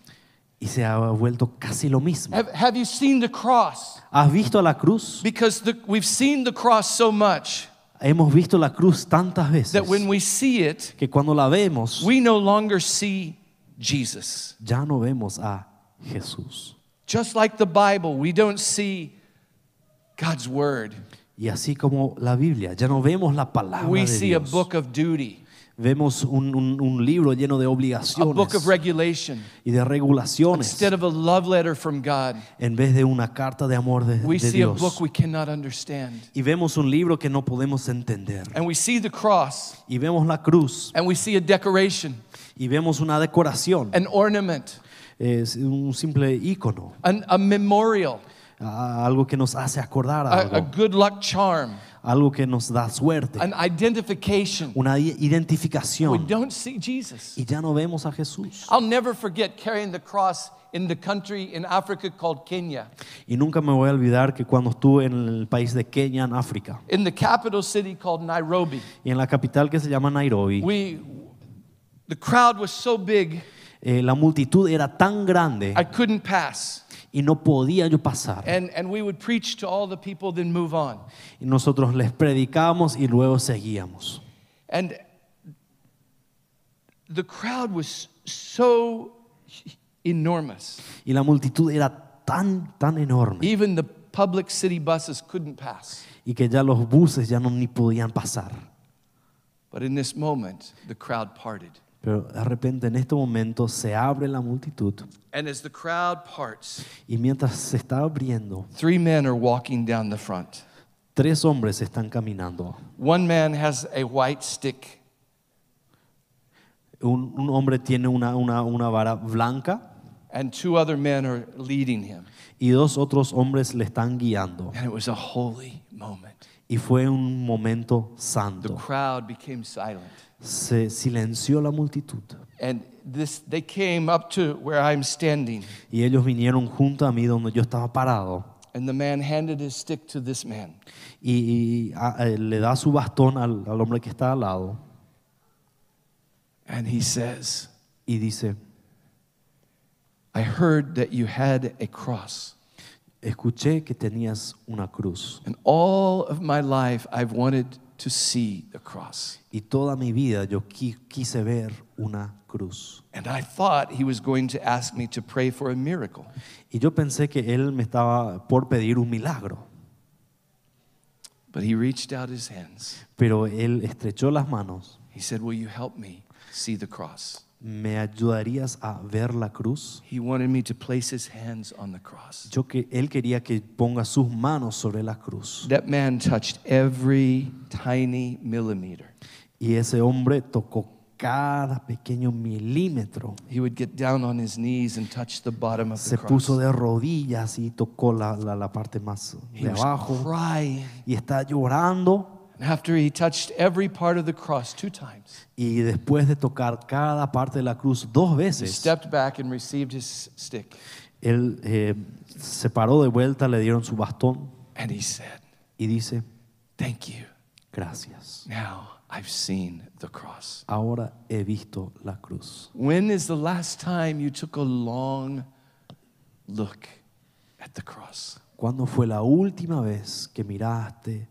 S2: Y se ha vuelto casi lo mismo.
S1: Have, have you seen the cross?
S2: ¿Has visto a la cruz?
S1: Because the, we've seen the cross so much
S2: Hemos visto la cruz tantas veces
S1: that when we see it,
S2: que cuando la vemos
S1: we no longer see Jesus.
S2: ya no vemos a Jesús.
S1: Just like the Bible, we don't see God's word.
S2: Y así como la Biblia, ya no vemos la palabra
S1: We
S2: de
S1: see a
S2: Dios.
S1: book of duty.
S2: vemos un, un- un libro lleno de
S1: a book of
S2: obligaciones
S1: regulation.
S2: y de regulaciones
S1: Instead of a love letter from God,
S2: en vez de una carta de amor de,
S1: we
S2: de
S1: see a book
S2: Dios.
S1: we cannot understand.
S2: Y vemos un libro que no podemos entender.
S1: And we see the cross,
S2: Y vemos la cruz
S1: and we see a decoration,
S2: y vemos una decoración,
S1: an ornament,
S2: es un simple ícono,
S1: an, a memorial,
S2: a- algo que nos hace acordar
S1: a, a
S2: algo,
S1: good luck charm,
S2: algo que nos da suerte,
S1: an identification.
S2: una i-
S1: We
S2: identificación.
S1: don't see Jesus.
S2: Y ya no vemos a Jesús.
S1: I'll never forget carrying the cross in the country in Africa called Kenya.
S2: Y nunca me voy a olvidar que cuando estuve en el país de Kenia, en África,
S1: in the capital city called Nairobi.
S2: y en la capital que se llama Nairobi,
S1: We, the crowd was so big,
S2: eh, la multitud era tan grande
S1: I couldn't pass.
S2: y no podía yo pasar.
S1: And, and we would preach to all the people, then move on.
S2: Y nosotros les predicábamos y luego seguíamos.
S1: And the crowd was so enormous.
S2: Y la multitud era tan, tan enorme
S1: Even the public city buses couldn't pass.
S2: y que ya los buses ya no ni podían pasar.
S1: But in this moment, the crowd parted.
S2: Pero de repente en este momento se abre la multitud
S1: And as the crowd parts,
S2: y mientras se está abriendo,
S1: three men are walking down the front.
S2: tres hombres están caminando.
S1: One man has a white stick
S2: Un, un hombre tiene una, una, una vara blanca
S1: and two other men are leading him.
S2: y dos otros hombres le están guiando.
S1: And it was a holy moment.
S2: Y fue un momento
S1: The
S2: santo.
S1: crowd became silent.
S2: Se silenció la multitud
S1: And this, they came up to where I'm standing.
S2: y ellos vinieron junto a mí donde yo estaba parado
S1: And the man handed his stick to this man.
S2: y, y, a- eh, le da su bastón al, al hombre que está al lado
S1: And he says,
S2: y dice,
S1: I heard that you had a cross.
S2: escuché que tenías una cruz
S1: And all of my life, I've wanted to see the cross.
S2: y toda mi vida yo qui- quise ver una cruz.
S1: And I thought he was going to ask me to pray for a miracle.
S2: Y yo pensé que él me estaba por pedir un milagro,
S1: But he reached out his hands.
S2: pero él estrechó las manos.
S1: He said, Will you help me see the cross?
S2: ¿Me ayudarías a ver la cruz?
S1: He wanted me to place his hands on the cross.
S2: Yo que él quería que ponga sus manos sobre la cruz
S1: That man touched every tiny millimeter.
S2: y ese hombre tocó cada pequeño milímetro.
S1: He would get down on his knees and touch the bottom of the
S2: Se
S1: cross.
S2: puso de rodillas y tocó la, la- la parte más
S1: he
S2: de
S1: was
S2: abajo
S1: crying.
S2: y está llorando
S1: And after he touched every part of the cross two times,
S2: y después de tocar cada parte de la cruz dos
S1: he
S2: veces,
S1: stepped back and received his stick.
S2: él eh, se paró de vuelta, le dieron su bastón
S1: And he said,
S2: y dice,
S1: Thank you.
S2: gracias.
S1: Now I've seen the cross.
S2: Ahora he visto la cruz.
S1: When is the last time you took a long look at the cross?
S2: ¿Cuándo fue la última vez que miraste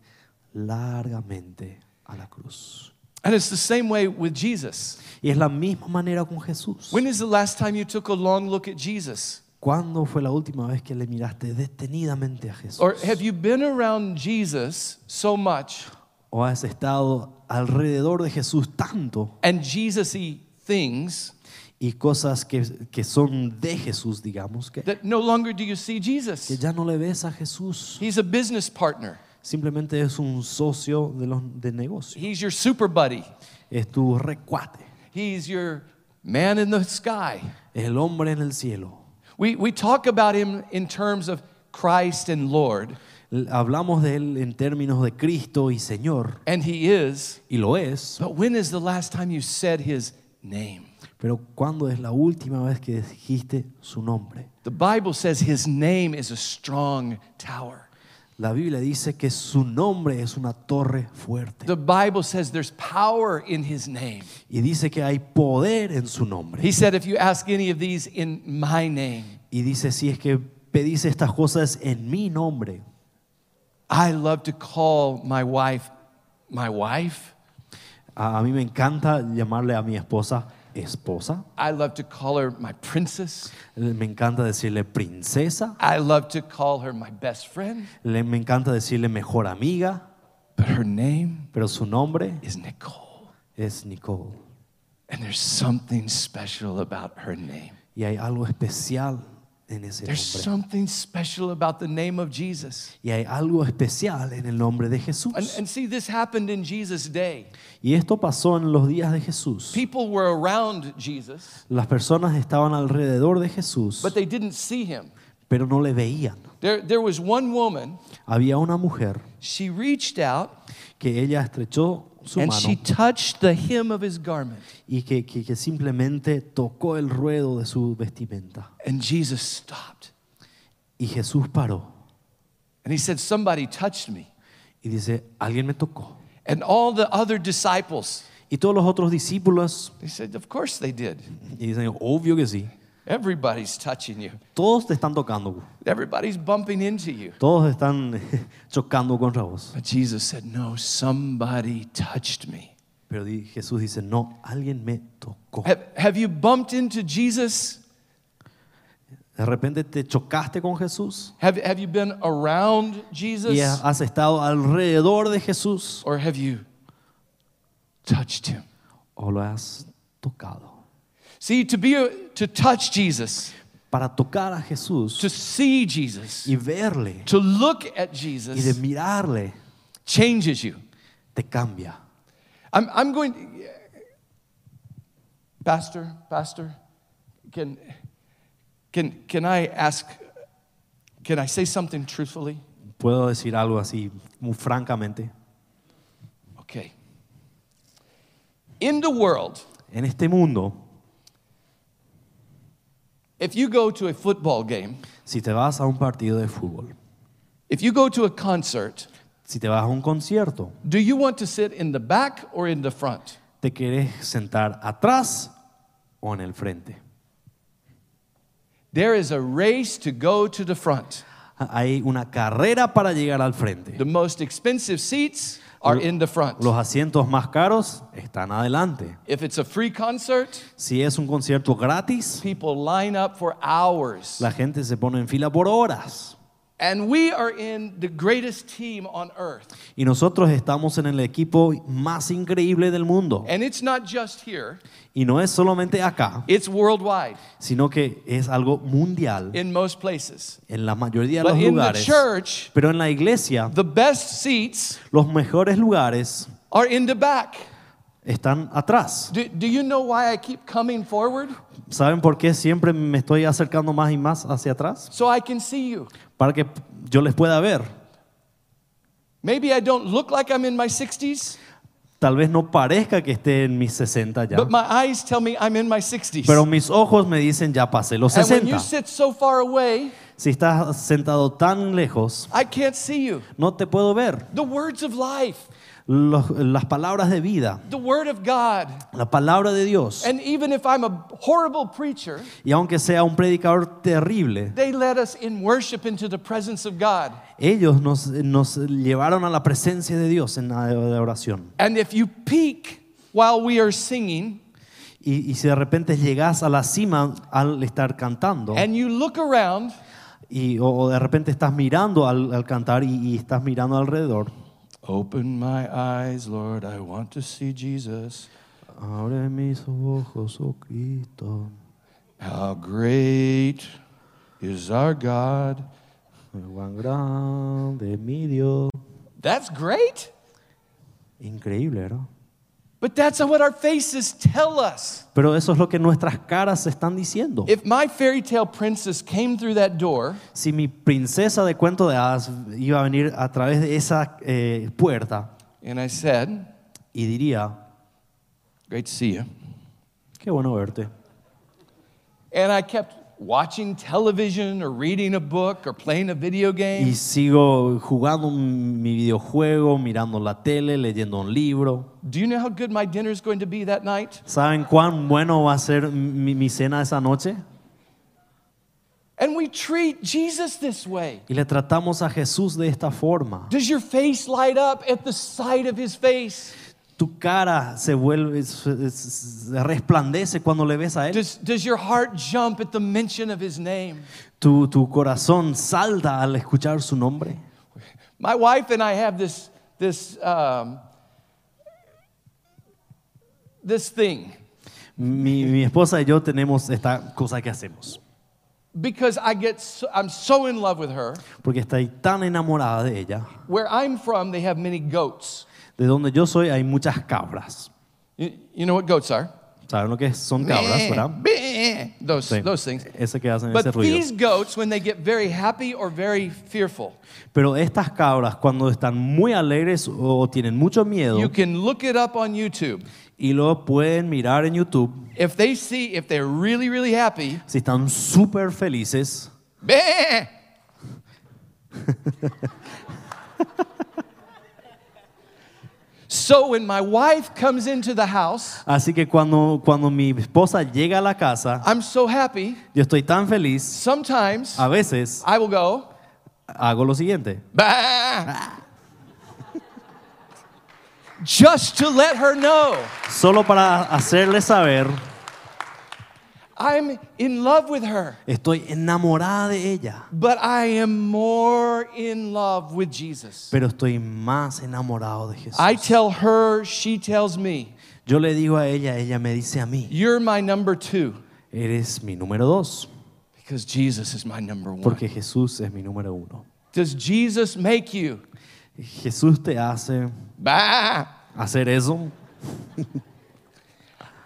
S2: largamente a la cruz?
S1: And it's the same way with Jesus.
S2: Y es la misma manera con Jesús.
S1: When is the last time you took a long look at Jesus?
S2: ¿Cuándo fue la última vez que le miraste detenidamente a Jesús?
S1: Or have you been around Jesus so much
S2: ¿O has estado alrededor de Jesús tanto
S1: and Jesus y things
S2: y cosas que, que son de Jesús, digamos, que,
S1: that no longer do you see
S2: que
S1: Jesus?
S2: ya no le ves a Jesús?
S1: He's a business partner,
S2: Simplemente es un socio de, los, de negocio.
S1: he's your super buddy,
S2: Es tu recuate.
S1: he's your man in the sky.
S2: Es el hombre en el cielo.
S1: We, we talk about him in terms of Christ and Lord,
S2: L- Hablamos de él en términos de Cristo y Señor.
S1: and he is,
S2: Y lo es.
S1: but when is the last time you said his name?
S2: Pero ¿cuándo es la última vez que dijiste su nombre?
S1: The Bible says his name is a strong tower.
S2: La Biblia dice que su nombre es una torre fuerte.
S1: The Bible says there's power in his name.
S2: Y dice que hay poder en su nombre.
S1: He said, If you ask any of these in my name,
S2: Y dice, si es que pedís estas cosas en mi nombre.
S1: I love to call my wife my wife.
S2: A, a mí me encanta llamarle a mi esposa esposa.
S1: I love to call her my princess.
S2: Me encanta decirle princesa.
S1: I love to call her my best friend.
S2: Le- me encanta decirle mejor amiga.
S1: But her name
S2: Pero su nombre
S1: is Nicole.
S2: es Nicole.
S1: And there's something special about her name.
S2: Y hay algo especial en ese
S1: There's
S2: nombre.
S1: something special about the name of Jesus.
S2: Y hay algo especial en el nombre de Jesús.
S1: And, eh, and see, this happened in Jesus' day.
S2: Y esto pasó en los días de Jesús.
S1: People were around Jesus,
S2: Las personas estaban alrededor de Jesús,
S1: but they didn't see him.
S2: pero no le veían.
S1: There, there was one woman,
S2: Había una mujer
S1: she reached out
S2: que ella estrechó su
S1: and
S2: mano
S1: she touched the hem of his garment.
S2: y que, que- que simplemente tocó el ruedo de su vestimenta.
S1: And Jesus stopped.
S2: Y Jesús paró
S1: And he said, Somebody touched me.
S2: y dice, alguien me tocó.
S1: And all the other disciples,
S2: Y todos los otros discípulos,
S1: they said, Of course they did.
S2: y dicen, obvio que sí,
S1: Everybody's touching you,
S2: todos te están tocando,
S1: everybody's bumping into you.
S2: todos están chocando contra vos.
S1: But Jesus said, No, somebody touched me.
S2: Pero di- Jesús dice, no, alguien me tocó.
S1: Have, have you bumped into Jesus?
S2: De repente te chocaste con Jesús
S1: Have, have you been around
S2: y
S1: Jesus?
S2: has estado alrededor de Jesús
S1: Or have you touched him?
S2: o lo has tocado.
S1: See, to be a, to touch Jesus,
S2: Para tocar a Jesús
S1: to see Jesus,
S2: y verle
S1: to look at
S2: y de
S1: Jesus
S2: mirarle
S1: changes you.
S2: te cambia.
S1: I'm, I'm going, Pastor, Pastor, can, can, can I ask, can I say something truthfully?
S2: Puedo decir algo así, muy francamente.
S1: Okay. In the world,
S2: En este mundo,
S1: if you go to a football game,
S2: si te vas a un partido de fútbol,
S1: if you go to a concert,
S2: si te vas a un concierto,
S1: do you want to sit in the back or in the front?
S2: ¿te querés sentar atrás o en el frente?
S1: There is a race to go to the front.
S2: Ah, Hay una carrera para llegar al frente.
S1: The most expensive seats are in the front.
S2: Los asientos más caros están adelante.
S1: If it's a free concert,
S2: Si es un concierto gratis,
S1: people line up for hours.
S2: la gente se pone en fila por horas.
S1: And we are in the greatest team on earth.
S2: Y nosotros estamos en el equipo más increíble del mundo.
S1: And it's not just here,
S2: Y no es solamente acá,
S1: it's worldwide
S2: sino que es algo mundial
S1: in most places.
S2: en la mayoría de
S1: But
S2: los
S1: in the
S2: lugares.
S1: church,
S2: Pero en la iglesia,
S1: the best seats
S2: los mejores lugares
S1: are in the back.
S2: están atrás.
S1: Do, do you know why I keep coming forward?
S2: ¿Saben por qué siempre me estoy acercando más y más hacia atrás?
S1: So I can see you.
S2: Para que yo les pueda ver.
S1: Maybe I don't look like I'm in my 60s,
S2: Tal vez no parezca que esté en mis 60 ya,
S1: but my eyes tell me I'm in my 60s.
S2: pero mis ojos me dicen ya pasé los
S1: and when you
S2: 60.
S1: sit so far away,
S2: Si estás sentado tan lejos,
S1: I can't see you.
S2: no te puedo ver.
S1: The words of life,
S2: Los- las palabras de vida,
S1: the word of God.
S2: la palabra de Dios.
S1: And even if I'm a horrible preacher,
S2: Y aunque sea un predicador terrible,
S1: They led us in worship into the presence of God.
S2: ellos nos, nos llevaron a la presencia de Dios en la la oración.
S1: And if you peek while we are singing
S2: Y, y si de repente llegas a la cima al estar cantando,
S1: and you look around,
S2: y, o, o de repente estás mirando al, al cantar y, y estás mirando alrededor,
S1: open my eyes, Lord, I want to see Jesus.
S2: abre mis ojos, oh Cristo,
S1: How great is our God.
S2: cuán grande mi Dios.
S1: That's great,
S2: Increíble, ¿verdad?
S1: but that's what our faces tell us.
S2: Pero eso es lo que nuestras caras están diciendo.
S1: If my fairy tale princess came through that door,
S2: Si mi princesa de cuento de hadas iba a venir a través de esa eh, puerta
S1: and I said,
S2: y diría,
S1: Great to see you.
S2: qué bueno verte.
S1: And I kept watching television or reading a book or playing a video game.
S2: Y sigo jugando mi videojuego, mirando la tele, leyendo un libro.
S1: Do you know how good my dinner is going to be that night?
S2: ¿Saben cuán bueno va a ser mi, mi cena esa noche?
S1: And we treat Jesus this way.
S2: Y le tratamos a Jesús de esta forma.
S1: Does your face light up at the sight of his face?
S2: Tu cara se vuelve, se- se- se resplandece cuando le ves a Él.
S1: Does, does your heart jump at the mention of his name?
S2: Tu, tu corazón salta al escuchar su nombre.
S1: My wife and I have this, this um, this thing
S2: Mi, mi esposa y yo tenemos esta cosa que hacemos,
S1: because I get so, I'm so in love with her.
S2: porque estoy tan enamorada de ella.
S1: Where I'm from, they have many goats.
S2: De donde yo soy hay muchas cabras.
S1: You, you know what goats are?
S2: ¿Saben lo que son cabras, verdad?
S1: Bleh, bleh, Those,
S2: Sí.
S1: those things.
S2: Ese que hacen ese
S1: But
S2: ruido.
S1: these goats, when they get very happy or very fearful,
S2: Pero estas cabras, cuando están muy alegres o tienen mucho miedo,
S1: you can look it up on YouTube.
S2: y lo pueden mirar en YouTube,
S1: If they see, if they're really, really happy,
S2: si están súper felices,
S1: bleh, so when my wife comes into the house,
S2: Así que cuando, cuando mi esposa llega a la casa,
S1: I'm so happy.
S2: yo estoy tan feliz,
S1: Sometimes
S2: a veces
S1: I will go,
S2: hago lo siguiente,
S1: bah, just to let her know
S2: solo para hacerle saber,
S1: I'm in love with her.
S2: estoy enamorada de ella,
S1: But I am more in love with Jesus.
S2: pero estoy más enamorado de Jesús.
S1: I tell her, she tells me,
S2: Yo le digo a ella, ella me dice a mí,
S1: You're my number two,
S2: eres mi número dos,
S1: because Jesus is my number one.
S2: porque Jesús es mi número uno.
S1: Does Jesus make you?
S2: Jesús te hace
S1: Bah!
S2: hacer eso.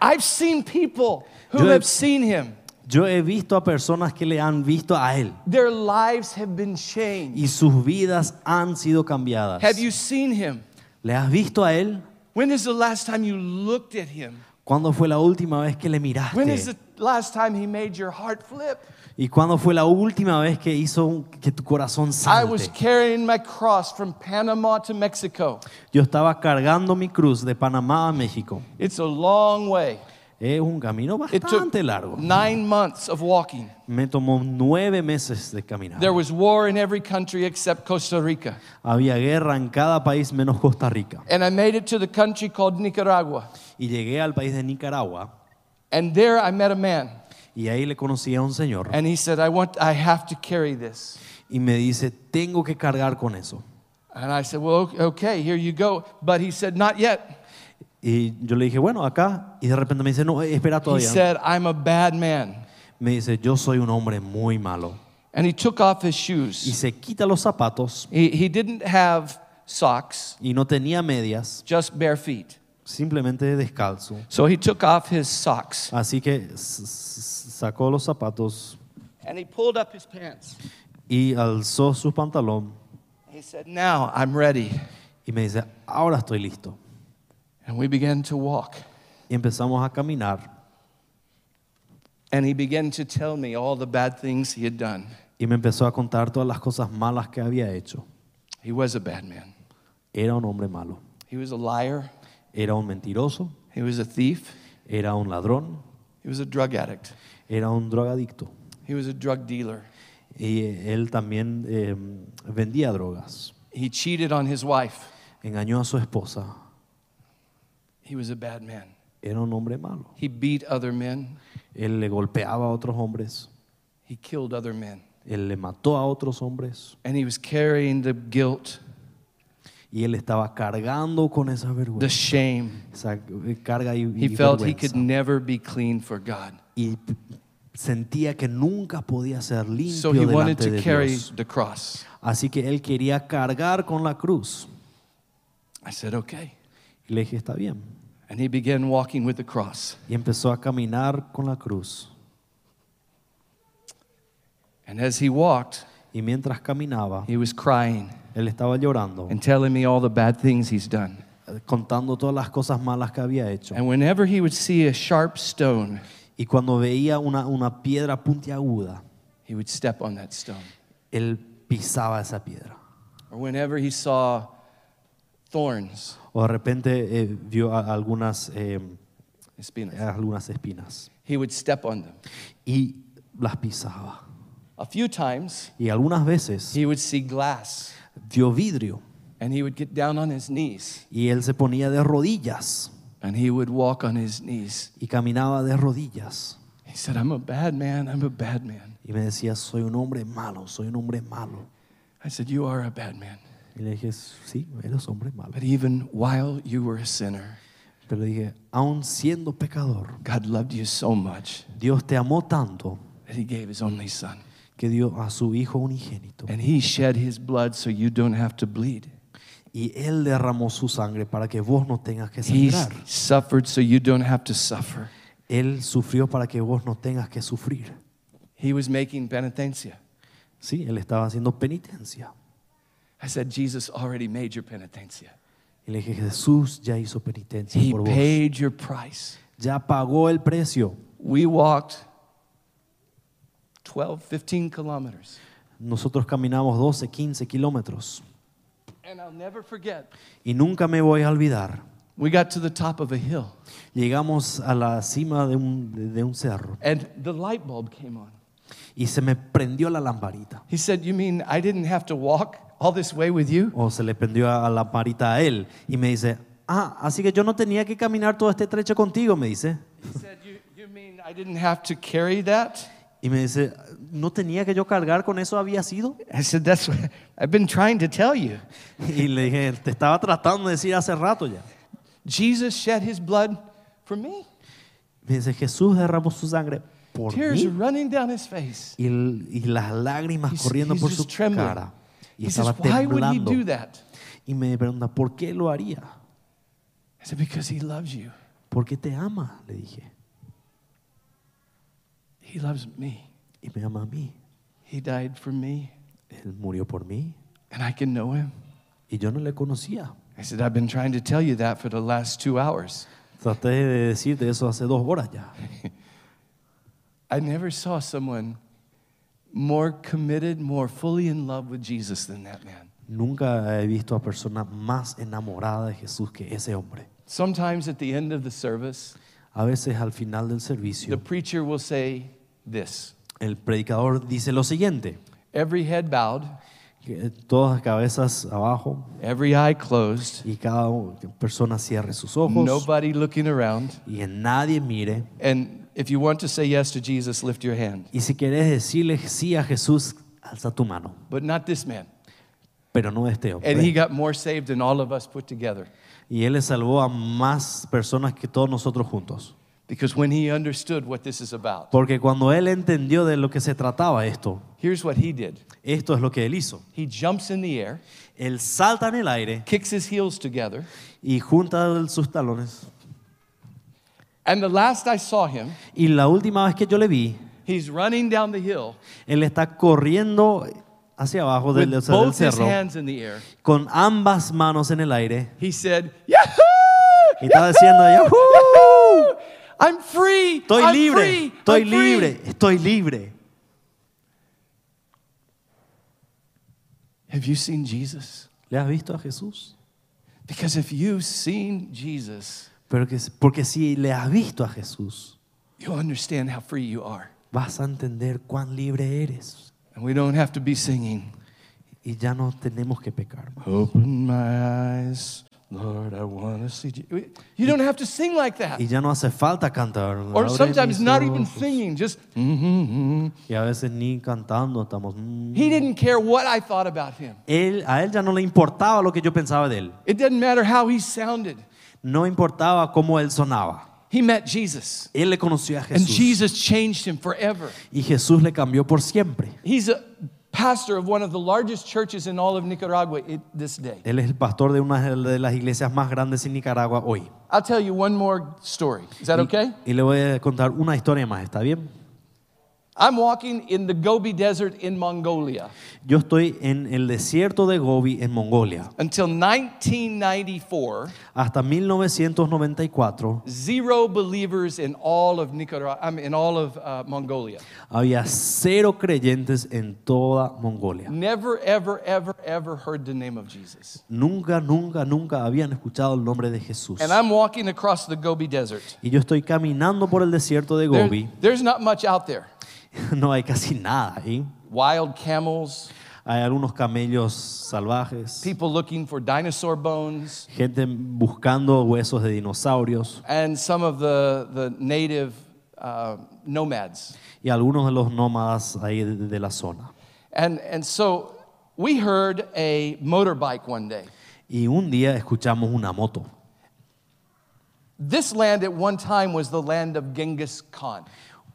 S1: I've seen people who
S2: Yo-
S1: have seen him.
S2: Yo he visto a personas que le han visto a él.
S1: Their lives have been changed.
S2: y sus vidas han sido cambiadas.
S1: Have you seen him?
S2: ¿Le has visto a él?
S1: When is the last time you looked at him?
S2: ¿Cuándo fue la última vez que le
S1: When is
S2: miraste?
S1: the last time he made your heart flip?
S2: ¿Y cuándo fue la última vez que hizo un- que tu corazón
S1: I was
S2: salte?
S1: carrying my cross from Panama to Mexico.
S2: Yo estaba cargando mi cruz de Panamá a México.
S1: It's a long way.
S2: Es un camino
S1: It took
S2: bastante largo.
S1: nine months of walking.
S2: Me tomó nueve meses de caminar.
S1: There was war in every country except Costa Rica.
S2: Había guerra en cada país menos Costa Rica.
S1: And I made it to the country called Nicaragua.
S2: Y llegué al país de Nicaragua
S1: And there I met a man.
S2: y ahí le conocí a un señor
S1: And he said, I, want, I have to carry this.
S2: y me dice, tengo que cargar con eso.
S1: And I said, Well, o- okay, here you go. But he said, Not yet.
S2: Y yo le dije, bueno, acá. Y de repente me dice, no, eh, espera
S1: He
S2: todavía.
S1: said, I'm a bad man.
S2: Me dice, yo soy un hombre muy malo.
S1: And he took off his
S2: Y
S1: shoes.
S2: se quita los zapatos
S1: He, he didn't have socks,
S2: y no tenía medias,
S1: just bare feet.
S2: simplemente descalzo.
S1: So he took off his socks
S2: Así que s- s- sacó los zapatos
S1: and he pulled up his pants.
S2: y alzó su pantalón
S1: He said, Now I'm ready.
S2: y me dice, ahora estoy listo.
S1: And we began to walk.
S2: Y empezamos a caminar
S1: And he began to tell me all the bad things he had done.
S2: y me empezó a contar todas las cosas malas que había hecho.
S1: He was a bad man.
S2: Era un hombre malo,
S1: He was a liar.
S2: era un mentiroso,
S1: He was a thief.
S2: era un ladrón,
S1: He was a drug addict.
S2: era un drogadicto.
S1: He was a drug dealer.
S2: Y eh, él también eh, vendía drogas,
S1: He cheated on his wife.
S2: engañó a su esposa,
S1: He was a bad man.
S2: era un hombre malo.
S1: He beat other men.
S2: Él le golpeaba a otros hombres,
S1: He killed other men.
S2: él le mató a otros hombres
S1: And he was carrying the guilt,
S2: y él estaba cargando con esa
S1: the
S2: vergüenza.
S1: shame.
S2: Esa eh, carga y, y
S1: He felt he
S2: vergüenza.
S1: could never be clean for God.
S2: Y p- sentía que nunca podía ser limpio
S1: So he wanted
S2: delante
S1: to
S2: de
S1: carry
S2: Dios.
S1: the cross.
S2: Así que él quería cargar con la cruz.
S1: I said, okay.
S2: Y le dije, está bien.
S1: And he began walking with the cross.
S2: Y empezó a caminar con la cruz.
S1: And as he walked,
S2: Y mientras caminaba,
S1: he was crying
S2: él estaba llorando,
S1: and telling me all the bad things he's done.
S2: eh, contando todas las cosas malas que había hecho.
S1: And whenever he would see a sharp stone,
S2: Y cuando veía una, una piedra puntiaguda,
S1: he would step on that stone.
S2: él pisaba esa piedra.
S1: Or whenever he saw thorns,
S2: O de repente eh, vio a- algunas, eh,
S1: espinas,
S2: algunas espinas
S1: he would step on them.
S2: y las pisaba.
S1: A few times,
S2: Y algunas veces
S1: he would see glass
S2: vio vidrio
S1: and he would get down on his knees
S2: y él se ponía de rodillas
S1: and he would walk on his knees.
S2: y caminaba de rodillas.
S1: He said, I'm a bad man, I'm a bad man.
S2: Y me decía, soy un hombre malo, soy un hombre malo.
S1: I said, You are a bad man.
S2: Y le dije, sí, eres hombre malo.
S1: But even while you were a sinner,
S2: Pero dije, aun siendo pecador,
S1: God loved you so much
S2: Dios te amó tanto
S1: that he gave his only son.
S2: que dio a su Hijo unigénito.
S1: And he shed his blood so you don't have to bleed.
S2: Y Él derramó su sangre para que vos no tengas que
S1: He
S2: sangrar.
S1: suffered so you don't have to suffer.
S2: Él sufrió para que vos no tengas que sufrir.
S1: He was making penitencia.
S2: Sí, Él estaba haciendo penitencia.
S1: I said, Jesus already made your penitencia.
S2: Y le dije, Jesús ya hizo penitencia
S1: He
S2: por vos.
S1: paid your price.
S2: Ya pagó el precio.
S1: We walked 12, 15 kilometers.
S2: Nosotros caminamos 12, 15 kilómetros.
S1: And I'll never forget,
S2: Y nunca me voy a olvidar.
S1: we got to the top of a hill
S2: Llegamos a la cima de un, de- de un cerro
S1: and the light bulb came on.
S2: y se me prendió la lamparita.
S1: He said, You mean I didn't have to walk all this way with you?
S2: O se le prendió a la lamparita a él. Y me dice, ah, así que yo no tenía que caminar todo este trecho contigo, me dice.
S1: He said, You, you mean I didn't have to carry that?
S2: Y me dice, ¿no tenía que yo cargar con eso había sido?
S1: I said, That's what I've been trying to tell you.
S2: Y le dije, te estaba tratando de decir hace rato ya.
S1: Jesus shed his blood for me.
S2: Me dice, Jesús derramó su sangre por
S1: Tears
S2: mí.
S1: running down his face.
S2: Y, el- y las lágrimas
S1: He's,
S2: corriendo
S1: he's
S2: por su
S1: just trembling.
S2: cara. Y
S1: He says,
S2: estaba
S1: Why would he
S2: temblando.
S1: do that?
S2: Y me pregunta, ¿por qué lo haría?
S1: I said, Because he loves you.
S2: Porque te ama, le dije.
S1: He loves me.
S2: Y me ama a mí.
S1: He died for me,
S2: Él murió por mí
S1: and I can know him.
S2: y yo no le conocía.
S1: I said, I've been trying to tell you that for the last two hours.
S2: Traté de decirte eso hace dos horas ya.
S1: I never saw someone more committed, more fully in love with Jesus than that man.
S2: Nunca he visto a persona más enamorada de Jesús que ese hombre.
S1: Sometimes at the end of the service,
S2: A veces al final del
S1: the
S2: servicio,
S1: preacher will say this
S2: el predicador dice lo siguiente.
S1: every head bowed,
S2: que Todas las cabezas abajo
S1: every eye closed,
S2: y cada persona cierre sus ojos
S1: nobody looking around.
S2: y que nadie mire.
S1: And if you want to say yes to Jesus, lift your hand.
S2: Y si querés decirle sí a Jesús, alza tu mano.
S1: But not this man.
S2: Pero no este hombre.
S1: And he got more saved than all of us put together.
S2: Y Él le salvó a más personas que todos nosotros juntos.
S1: Because when he understood what this is about,
S2: Porque cuando Él entendió de lo que se trataba esto,
S1: here's what he did
S2: esto es lo que Él hizo.
S1: he jumps in the air,
S2: Él salta en el aire
S1: kicks his heels together.
S2: y junta sus talones.
S1: And the last I saw him,
S2: Y la última vez que yo le vi,
S1: he's running down the hill
S2: Él está corriendo hacia abajo
S1: with
S2: del, o sea, del
S1: both his
S2: cerro,
S1: hands in the air.
S2: con ambas manos en el aire.
S1: He said, Yahoo!
S2: Y está diciendo,
S1: Yahoo! I'm free!
S2: Estoy
S1: I'm
S2: libre,
S1: free!
S2: estoy
S1: I'm free!"
S2: libre, estoy libre.
S1: Have you seen Jesus?
S2: ¿Le has visto a Jesús?
S1: Because if you've seen Jesus,
S2: Pero que, porque si le has visto a Jesús,
S1: you'll understand how free you are.
S2: vas a entender cuán libre eres.
S1: And we don't have to be singing.
S2: Y ya no tenemos que pecar más.
S1: Open my eyes, Lord, I want to see you. You don't have to sing like that.
S2: Y ya no hace falta cantar. Abre
S1: Or
S2: mis
S1: sometimes not even
S2: ojos.
S1: singing, just. "Mhm, mhm."
S2: Y a veces ni cantando estamos. mm.
S1: He didn't care what I thought about him.
S2: Él, a él ya no le importaba lo que yo pensaba de él.
S1: It didn't matter how he sounded.
S2: No importaba cómo él sonaba.
S1: He met Jesus,
S2: Él le conoció a
S1: and
S2: Jesús.
S1: Jesus changed him forever.
S2: Y Jesús le cambió por siempre.
S1: He's a pastor of one of the largest churches in all of Nicaragua it, this day.
S2: Él es el pastor de una de las iglesias más grandes en Nicaragua hoy.
S1: I'll tell you one more story. Is
S2: Mm.
S1: that okay?
S2: Y le voy a contar una historia más, ¿está bien?
S1: I'm walking in the Gobi Desert in Mongolia.
S2: Yo estoy en el desierto de Gobi, en Mongolia.
S1: Until 1994,
S2: Hasta 1994
S1: zero believers in all of Nicaragua, I mean, in all of uh, Mongolia.
S2: había cero creyentes en toda Mongolia.
S1: Never, ever, ever, ever heard the name of Jesus.
S2: Nunca, nunca, nunca habían escuchado el nombre de Jesús.
S1: And I'm walking across the Gobi Desert.
S2: Y yo estoy caminando por el desierto de
S1: There-
S2: Gobi.
S1: there's not much out there.
S2: No hay casi nada ahí.
S1: Wild camels,
S2: Hay algunos camellos salvajes,
S1: people looking for dinosaur bones,
S2: gente buscando huesos de dinosaurios
S1: and some of the, the native uh, nomads.
S2: y algunos de los nómadas ahí de, de la zona.
S1: And, and so we heard a motorbike one day.
S2: Y un día escuchamos una moto.
S1: This land at one time was the land of Genghis Khan.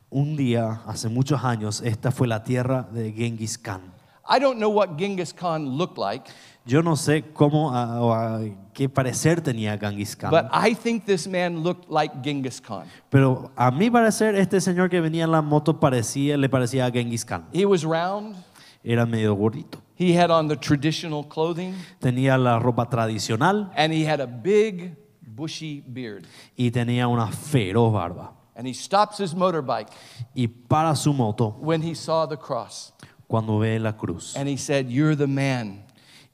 S2: Un día, hace muchos años, esta fue la tierra de Genghis Khan.
S1: I don't know what Genghis Khan looked like,
S2: Yo no sé cómo ah, o ah, qué parecer tenía Genghis Khan,
S1: but I think this man looked like Genghis Khan.
S2: pero a mi parecer este señor que venía en la moto parecía, le parecía a Genghis Khan.
S1: He was round,
S2: Era medio gordito.
S1: he had on the traditional clothing,
S2: Tenía la ropa tradicional
S1: and he had a big, bushy beard.
S2: y tenía una feroz barba.
S1: And he stops his motorbike
S2: Y para su moto
S1: when he saw the cross,
S2: cuando ve la cruz
S1: and he said, You're the man.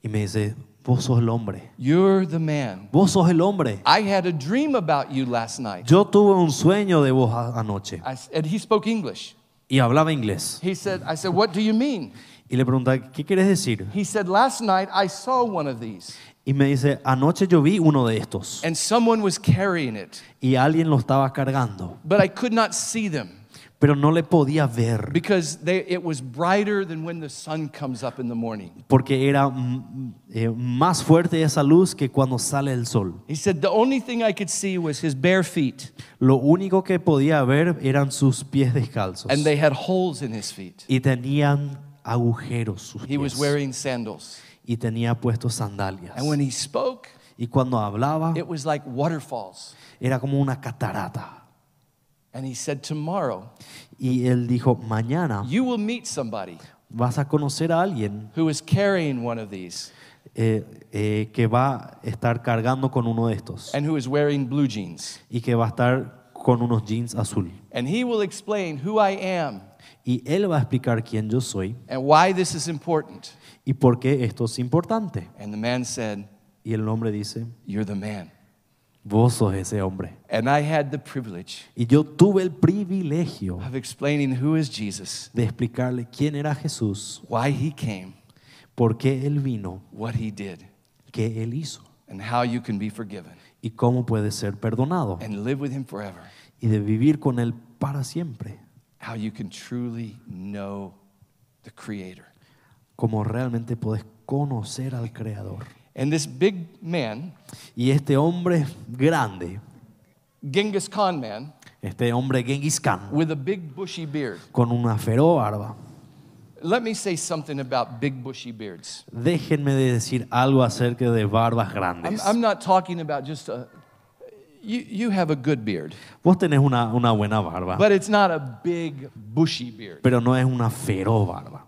S2: y me dice, vos sos el hombre,
S1: You're the man.
S2: vos sos el hombre.
S1: I had a dream about you last night.
S2: Yo tuve un sueño de vos a- anoche
S1: I s- and he spoke English.
S2: y hablaba inglés.
S1: He said, I said, What do you mean?
S2: Y le preguntaba, ¿qué quieres decir?
S1: He said, Last night I saw one of these,
S2: Y me dice, anoche yo vi uno de estos
S1: and someone was carrying it,
S2: y alguien lo estaba cargando,
S1: but I could not see them
S2: pero no le podía ver
S1: because they, it was brighter than when the sun comes up in the morning.
S2: porque era mm, eh, más fuerte esa luz que cuando sale el sol.
S1: He said, The only thing I could see was his bare feet,
S2: Lo único que podía ver eran sus pies descalzos
S1: and they had holes in his feet.
S2: y tenían agujeros sus
S1: He was
S2: pies
S1: wearing sandals.
S2: y tenía puestos sandalias.
S1: And when he spoke,
S2: Y cuando hablaba
S1: it was like waterfalls.
S2: era como una catarata.
S1: And he said, Tomorrow,
S2: Y él dijo, mañana
S1: you will meet somebody
S2: vas a conocer a alguien
S1: who is carrying one of these
S2: eh, eh, que va a estar cargando con uno de estos
S1: and who is wearing blue jeans.
S2: y que va a estar con unos jeans azul.
S1: And he will explain who I am
S2: Y él va a explicar quién yo soy
S1: and why this is important.
S2: y por qué esto es importante.
S1: And the man said,
S2: Y el hombre dice,
S1: You're the man.
S2: vos sos ese hombre.
S1: And I had the privilege
S2: Y yo tuve el privilegio
S1: of explaining who is Jesus,
S2: de explicarle quién era Jesús,
S1: why he came,
S2: por qué él vino,
S1: what he did,
S2: qué él hizo
S1: and how you can be forgiven
S2: y cómo puede ser perdonado
S1: and live with him forever.
S2: y de vivir con él para siempre,
S1: How you can truly know the Creator.
S2: como realmente podés conocer al Creador.
S1: And this big man,
S2: Y este hombre grande,
S1: Genghis Khan man,
S2: este hombre Genghis Khan,
S1: with a big bushy beard.
S2: con una feroz barba,
S1: Let me say something about big bushy beards.
S2: déjenme de decir algo acerca de barbas
S1: I'm,
S2: grandes.
S1: I'm not talking about just a. You, you have a good beard,
S2: Vos tenés una, una buena barba,
S1: but it's not a big bushy beard.
S2: pero no es una feroz barba.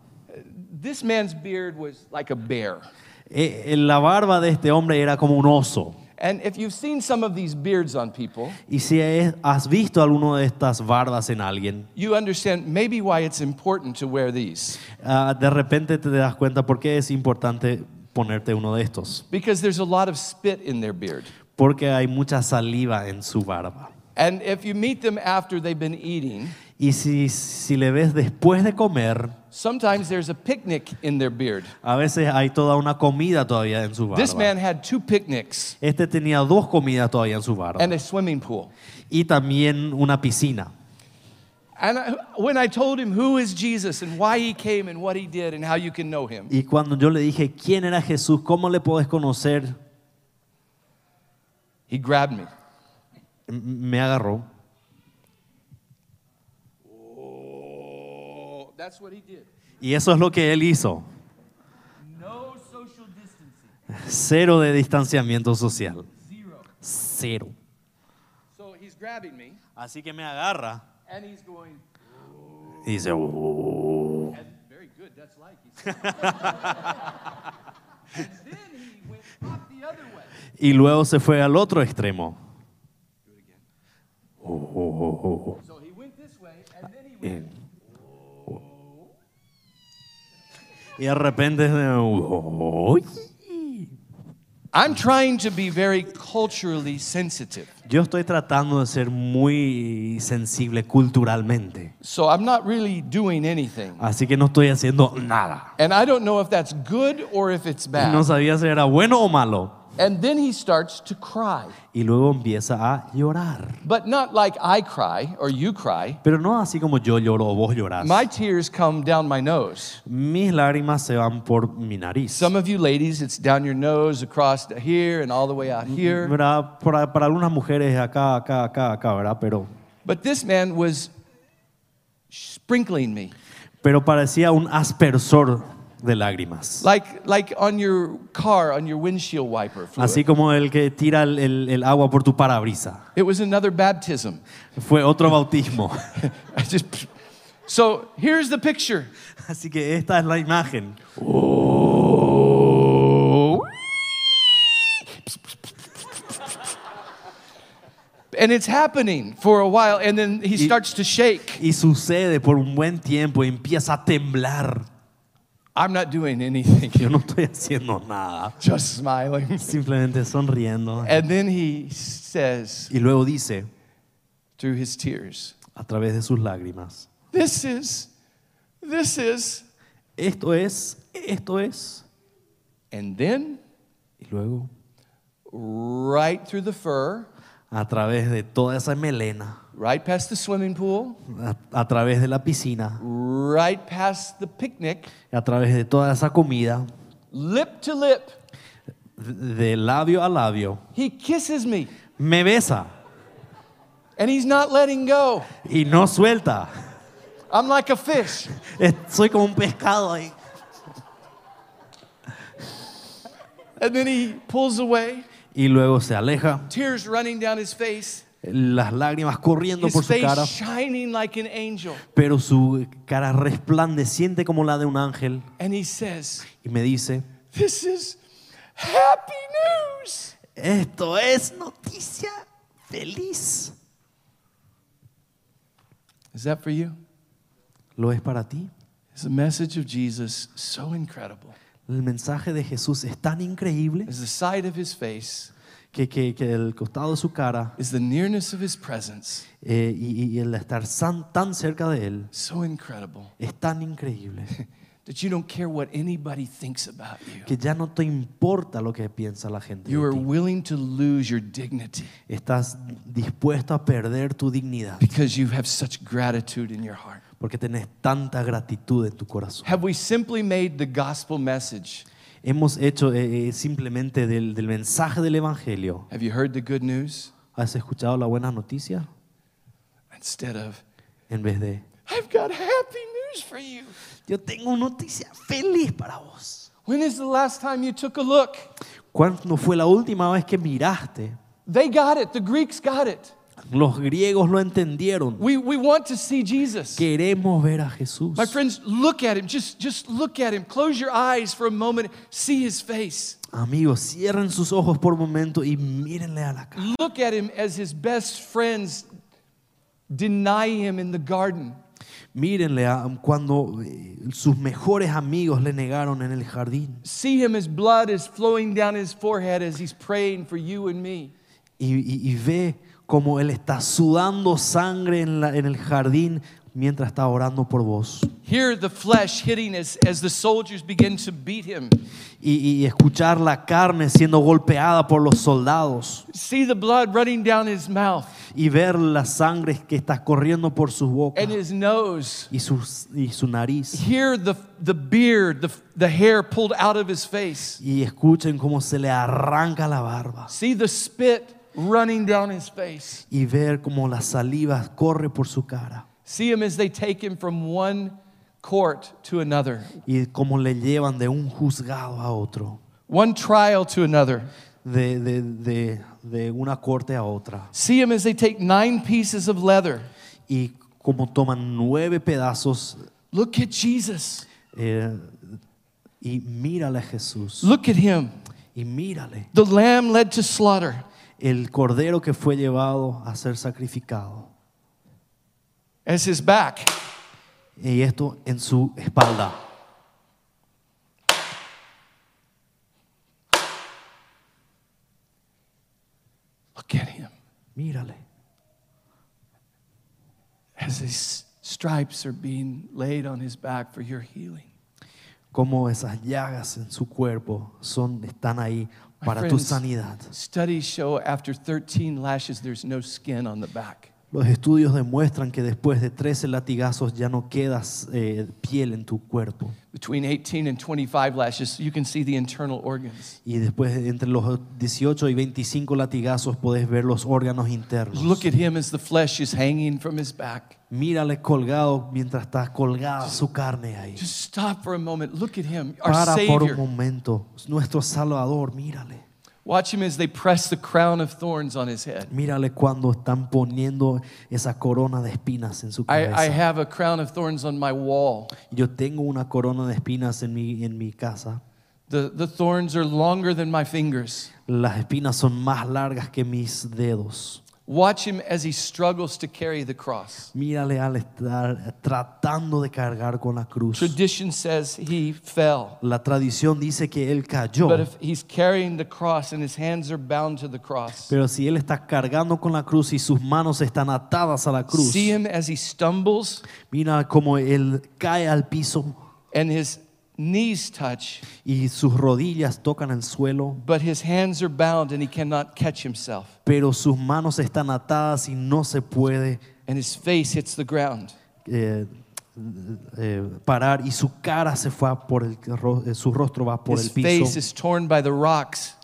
S1: This man's beard was like a bear.
S2: Eh, eh, la barba de este hombre era como un oso.
S1: And if you've seen some of these beards on people,
S2: Y si es- has visto alguna de estas barbas en alguien,
S1: you understand maybe why it's important to wear these.
S2: ah, de repente te das cuenta por qué es importante ponerte uno de estos.
S1: Because there's a lot of spit in their beard.
S2: Porque hay mucha saliva en su barba.
S1: And if you meet them after they've been eating,
S2: Y si, si le ves después de comer,
S1: sometimes there's a picnic in their beard.
S2: a veces hay toda una comida todavía en su barba.
S1: This man had two picnics
S2: Este tenía dos comidas todavía en su barba.
S1: and a swimming pool.
S2: y también una piscina.
S1: And I, when I told him who is Jesus and why he came and what he did and how you can know him,
S2: Y cuando yo le dije quién era Jesús, cómo le podés conocer,
S1: he grabbed me.
S2: m- me agarró.
S1: Oh, that's what he did.
S2: Y eso es lo que él hizo.
S1: No social distancing.
S2: Cero de distanciamiento social.
S1: Zero.
S2: Cero.
S1: So he's grabbing me
S2: Así que me agarra
S1: and he's going,
S2: y dice, "Oh".
S1: "That's very good, that's like. He said. and then he went up the other way.
S2: y luego se fue al otro extremo. Oh, oh, oh, oh.
S1: So he went this way and then he
S2: Eh. Y de repente, "Oh".
S1: I'm trying to be very culturally sensitive.
S2: yo estoy tratando de ser muy sensible culturalmente.
S1: So I'm not really doing anything.
S2: Así que no estoy haciendo nada.
S1: And I don't know if that's good or if it's bad.
S2: No sabía si era bueno o malo.
S1: And then he starts to cry,
S2: Y luego empieza a llorar.
S1: but not like I cry or you cry.
S2: Pero no así como yo lloro o vos llorás.
S1: My tears come down my nose.
S2: Mis lágrimas se van por mi nariz.
S1: Some of you ladies, it's down your nose, across to here, and all the way out here.
S2: ¿Verdad? Para, para algunas mujeres acá, acá, acá, acá, ¿verdad? Pero,
S1: But this man was sprinkling me,
S2: pero parecía un aspersor de lágrimas.
S1: like, like on your car, on your windshield wiper. Fluid.
S2: Así como el que tira el, el- el agua por tu parabrisa.
S1: It was another baptism.
S2: Fue otro bautismo.
S1: I just, so here's the picture.
S2: Así que esta es la imagen.
S1: Oh, And it's happening for a while, and then he starts to shake.
S2: Y sucede por un buen tiempo y empieza a temblar.
S1: I'm not doing anything,
S2: Yo no estoy haciendo nada.
S1: just smiling.
S2: Simplemente sonriendo.
S1: And then he says
S2: Y luego dice,
S1: through his tears,
S2: a través de sus lágrimas,
S1: This is, this is.
S2: esto es, esto es.
S1: And then
S2: Y luego,
S1: right through the fur,
S2: a través de toda esa melena,
S1: right past the swimming pool,
S2: a, a través de la piscina,
S1: right past the picnic,
S2: a través de toda esa comida,
S1: lip to lip,
S2: de, de labio a labio,
S1: he kisses me
S2: me besa
S1: and he's not letting go.
S2: y no suelta.
S1: I'm like a fish.
S2: Es- Soy como un pescado ahí.
S1: And then he pulls away,
S2: Y luego se aleja,
S1: tears running down his face,
S2: las lágrimas corriendo
S1: his
S2: por su
S1: face
S2: cara,
S1: shining like an angel.
S2: pero su cara resplandeciente como la de un ángel.
S1: And he says,
S2: Y me dice,
S1: This is happy news.
S2: esto es noticia feliz.
S1: Is that for you?
S2: ¿Lo es para ti?
S1: Is the message of Jesus so incredible?
S2: El mensaje de Jesús es tan increíble
S1: Is the sight of his face,
S2: que, que, que el costado de su cara
S1: is the nearness of his presence
S2: eh, y, y- y el estar san- tan cerca de él
S1: so incredible
S2: es tan increíble
S1: that you don't care what anybody thinks about you?
S2: que ya no te importa lo que piensa la gente.
S1: You
S2: de
S1: are
S2: ti.
S1: willing to lose your dignity
S2: Estás dispuesto a perder tu dignidad
S1: because you have such gratitude in your heart.
S2: porque tenés tanta gratitud en tu corazón.
S1: Have we simply made the gospel message?
S2: Hemos hecho eh, eh, simplemente del, del mensaje del Evangelio.
S1: Have you heard the good news?
S2: ¿Has escuchado la buena noticia?
S1: Instead of,
S2: En vez de,
S1: I've got happy news for you.
S2: yo tengo noticia feliz para vos.
S1: When is the last time you took a look?
S2: ¿Cuándo fue la última vez que miraste?
S1: They got it. The Greeks got it.
S2: Los griegos lo entendieron.
S1: We, we want to see Jesus.
S2: Queremos ver a Jesús.
S1: My friends, look at him. Just, just look at him. Close your eyes for a moment. See his face.
S2: Amigos, cierren sus ojos por un momento y mírenle a la cara.
S1: Look at him as his best friends deny him in the garden.
S2: Mírenle a cuando eh, sus mejores amigos le negaron en el jardín.
S1: See him as blood is flowing down his forehead as he's praying for you and me.
S2: Y, y- y ve como él está sudando sangre en, la- en el jardín mientras está orando por vos.
S1: Hear the flesh hitting as, as the soldiers begin to beat him.
S2: Y, y escuchar la carne siendo golpeada por los soldados.
S1: See the blood running down his mouth
S2: Y ver la sangre que está corriendo por sus bocas
S1: and his nose.
S2: y, sus- y su nariz.
S1: Hear the, the beard, the, the hair pulled out of his face.
S2: y escuchen cómo se le arranca la barba
S1: See the spit running down his face.
S2: y ver cómo la saliva corre por su cara
S1: See him as they take him from one court to another,
S2: y cómo le llevan de un juzgado a otro,
S1: one trial to another.
S2: de, de- de- de una corte a otra,
S1: See him as they take nine pieces of leather.
S2: y cómo toman nueve pedazos
S1: Look at Jesus.
S2: eh, y mírale a Jesús,
S1: Look at him.
S2: y mírale
S1: The lamb led to slaughter.
S2: el cordero que fue llevado a ser sacrificado,
S1: As his back,
S2: y esto en su espalda.
S1: look at him.
S2: Mírale,
S1: As his stripes are being laid on his back for your healing.
S2: cómo esas llagas en su cuerpo son, están ahí
S1: My
S2: para tu
S1: friends,
S2: sanidad.
S1: Studies show after 13 lashes, there's no skin on the back.
S2: Los estudios demuestran que después de 13 latigazos ya no quedas eh, piel en tu cuerpo.
S1: Between 18 and 25 lashes, you can see the internal organs.
S2: Y después entre los 18 y 25 latigazos podés ver los órganos internos.
S1: Look at him as the flesh is hanging from his back.
S2: Mírale colgado mientras está colgada su carne ahí.
S1: Just stop for a moment. Look at him, our
S2: Para por un
S1: Savior.
S2: momento. Nuestro Salvador, mírale.
S1: Watch him as they press the crown of thorns on his head.
S2: Mírale cuando están poniendo esa corona de espinas en su
S1: I, I
S2: cabeza.
S1: have a crown of thorns on my wall.
S2: Yo tengo una corona de espinas en mi, en mi casa.
S1: The, the thorns are longer than my fingers.
S2: Las espinas son más largas que mis dedos.
S1: Watch him as he struggles to carry the cross.
S2: Mírale al estar tratando de cargar con la cruz.
S1: Tradition says he fell.
S2: La tradición dice que él cayó,
S1: But if he's carrying the cross and his hands are bound to the cross,
S2: pero si él está cargando con la cruz y sus manos están atadas a la cruz,
S1: see him as he stumbles
S2: mira cómo él cae al piso
S1: and his knees touch,
S2: y sus rodillas tocan el suelo,
S1: but his hands are bound and he cannot catch himself.
S2: pero sus manos están atadas y no se puede
S1: And his face hits the ground.
S2: eh, eh, parar y su cara se fue a por el ro- eh, su rostro va por
S1: his
S2: el piso
S1: face is torn by the rocks.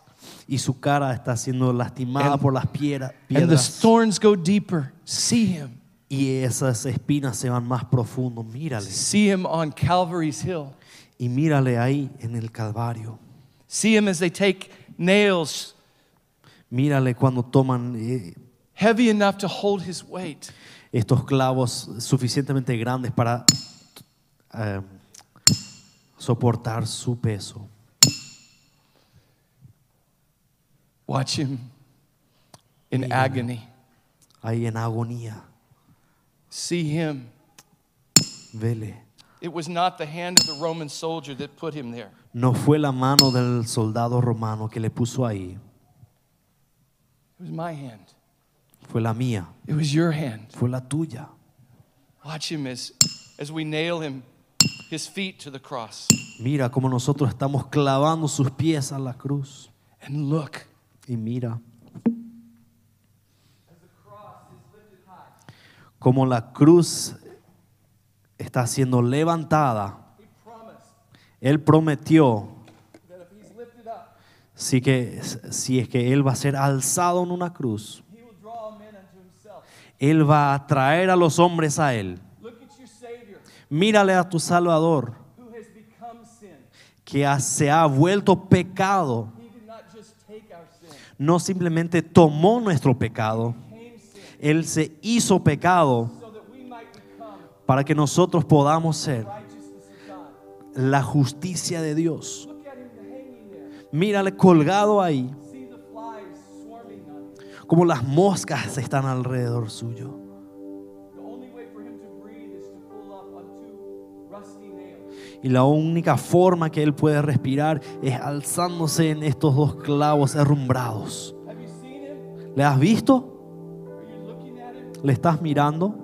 S2: y su cara está siendo lastimada
S1: And-
S2: por las piedra-
S1: And the
S2: piedras
S1: thorns go deeper. See him.
S2: y esas espinas se van más profundo. Mírale
S1: See him on Calvary's hill.
S2: y mírale ahí en el Calvario.
S1: See him as they take nails
S2: Mírale cuando toman eh,
S1: heavy enough to hold his weight.
S2: estos clavos suficientemente grandes para eh, soportar su peso.
S1: Watch him in agony.
S2: Ahí en agonía,
S1: See him.
S2: vele.
S1: It was not the hand of the Roman soldier that put him there.
S2: No fue la mano del soldado romano que le puso ahí,
S1: It was my hand.
S2: fue la mía,
S1: It was your hand.
S2: fue la tuya.
S1: Watch him as, as we nail him, his feet to the cross.
S2: Mira cómo nosotros estamos clavando sus pies a la cruz.
S1: And look,
S2: Y mira como la cruz está siendo levantada. Él prometió
S1: that if he's lifted up,
S2: sí que si es que él va a ser alzado en una cruz,
S1: he will draw men unto himself.
S2: él va a traer a los hombres a él.
S1: Look at your Savior
S2: Mírale a tu Salvador
S1: who has become sin.
S2: que ha- se ha vuelto pecado.
S1: He did not just take our sin,
S2: No simplemente tomó nuestro pecado,
S1: came sin
S2: él se hizo pecado
S1: so that we might become
S2: para que nosotros podamos ser
S1: righteousness of God.
S2: la justicia de Dios.
S1: Look at him hanging there.
S2: Mírale colgado ahí,
S1: See the flies swarming on him.
S2: como las moscas están alrededor suyo.
S1: The only way for him to breathe is to pull up on two rusty nails.
S2: Y la única forma que él puede respirar es alzándose en estos dos clavos herrumbrados.
S1: Have you seen him?
S2: ¿Le has visto?
S1: Are you looking at him?
S2: ¿Le estás mirando?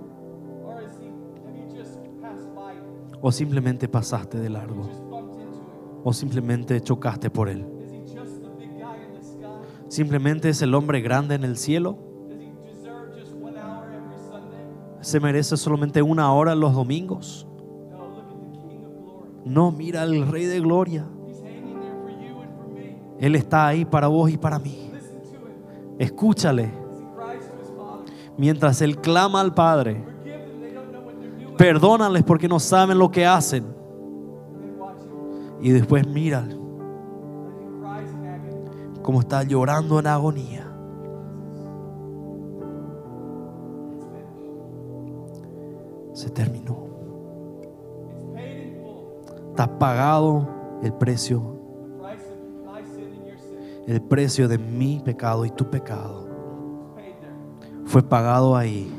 S1: Or is he have you just passed by him?
S2: ¿O simplemente pasaste de
S1: You
S2: largo?
S1: just bumped into him?
S2: ¿O simplemente chocaste por él?
S1: Is he just the big guy in the sky?
S2: ¿Simplemente es el hombre grande en el cielo?
S1: Does he deserve just one hour every Sunday?
S2: ¿Se merece solamente una hora los
S1: No,
S2: domingos?
S1: look at the King of Glory.
S2: No, mira al Rey de Gloria.
S1: He's hanging there for you and for me.
S2: Él está ahí para vos y para mí.
S1: Listen to him
S2: Escúchale
S1: as he cries to his father.
S2: mientras Él clama al Padre.
S1: Forgive them, they don't know what they're doing.
S2: Perdónales porque no saben lo que hacen.
S1: And then watch him
S2: Y después mira
S1: as he cries in agony.
S2: cómo está llorando en agonía.
S1: It's finished.
S2: Se terminó.
S1: It's paid in full.
S2: Está pagado el precio,
S1: The price of my sin and your sin.
S2: el precio de mi pecado y tu pecado.
S1: It's paid there.
S2: Fue pagado ahí.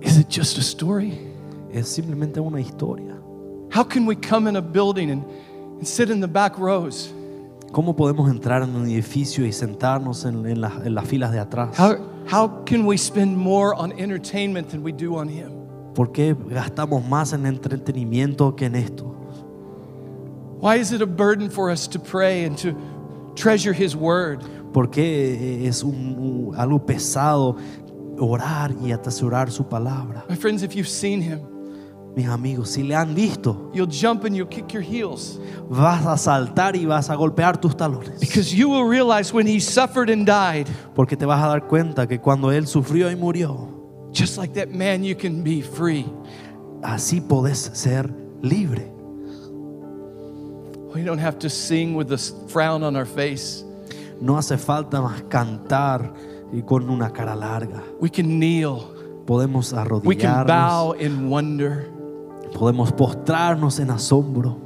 S1: Is it just a story?
S2: Es simplemente una historia.
S1: How can we come in a building and, and sit in the back rows?
S2: ¿Cómo podemos entrar en un edificio y sentarnos en, en las- en las filas de atrás?
S1: How, how can we spend more on entertainment than we do on Him?
S2: ¿Por qué gastamos más en entretenimiento que en esto?
S1: Why is it a burden for us to pray and to treasure His Word?
S2: ¿Por qué eh, es un- un- algo pesado orar y atesorar su palabra?
S1: My friends, if you've seen Him,
S2: Mis amigos, si le han visto,
S1: you'll jump and you'll kick your heels
S2: vas a saltar y vas a golpear tus talones.
S1: because you will realize when He suffered and died,
S2: Porque te vas a dar cuenta que cuando Él sufrió y murió,
S1: just like that man, you can be free.
S2: así podés ser libre.
S1: We don't have to sing with a frown on our face.
S2: No hace falta más cantar y con una cara larga.
S1: We can kneel.
S2: Podemos
S1: We can
S2: arrodillarnos,
S1: bow in wonder
S2: podemos postrarnos en asombro,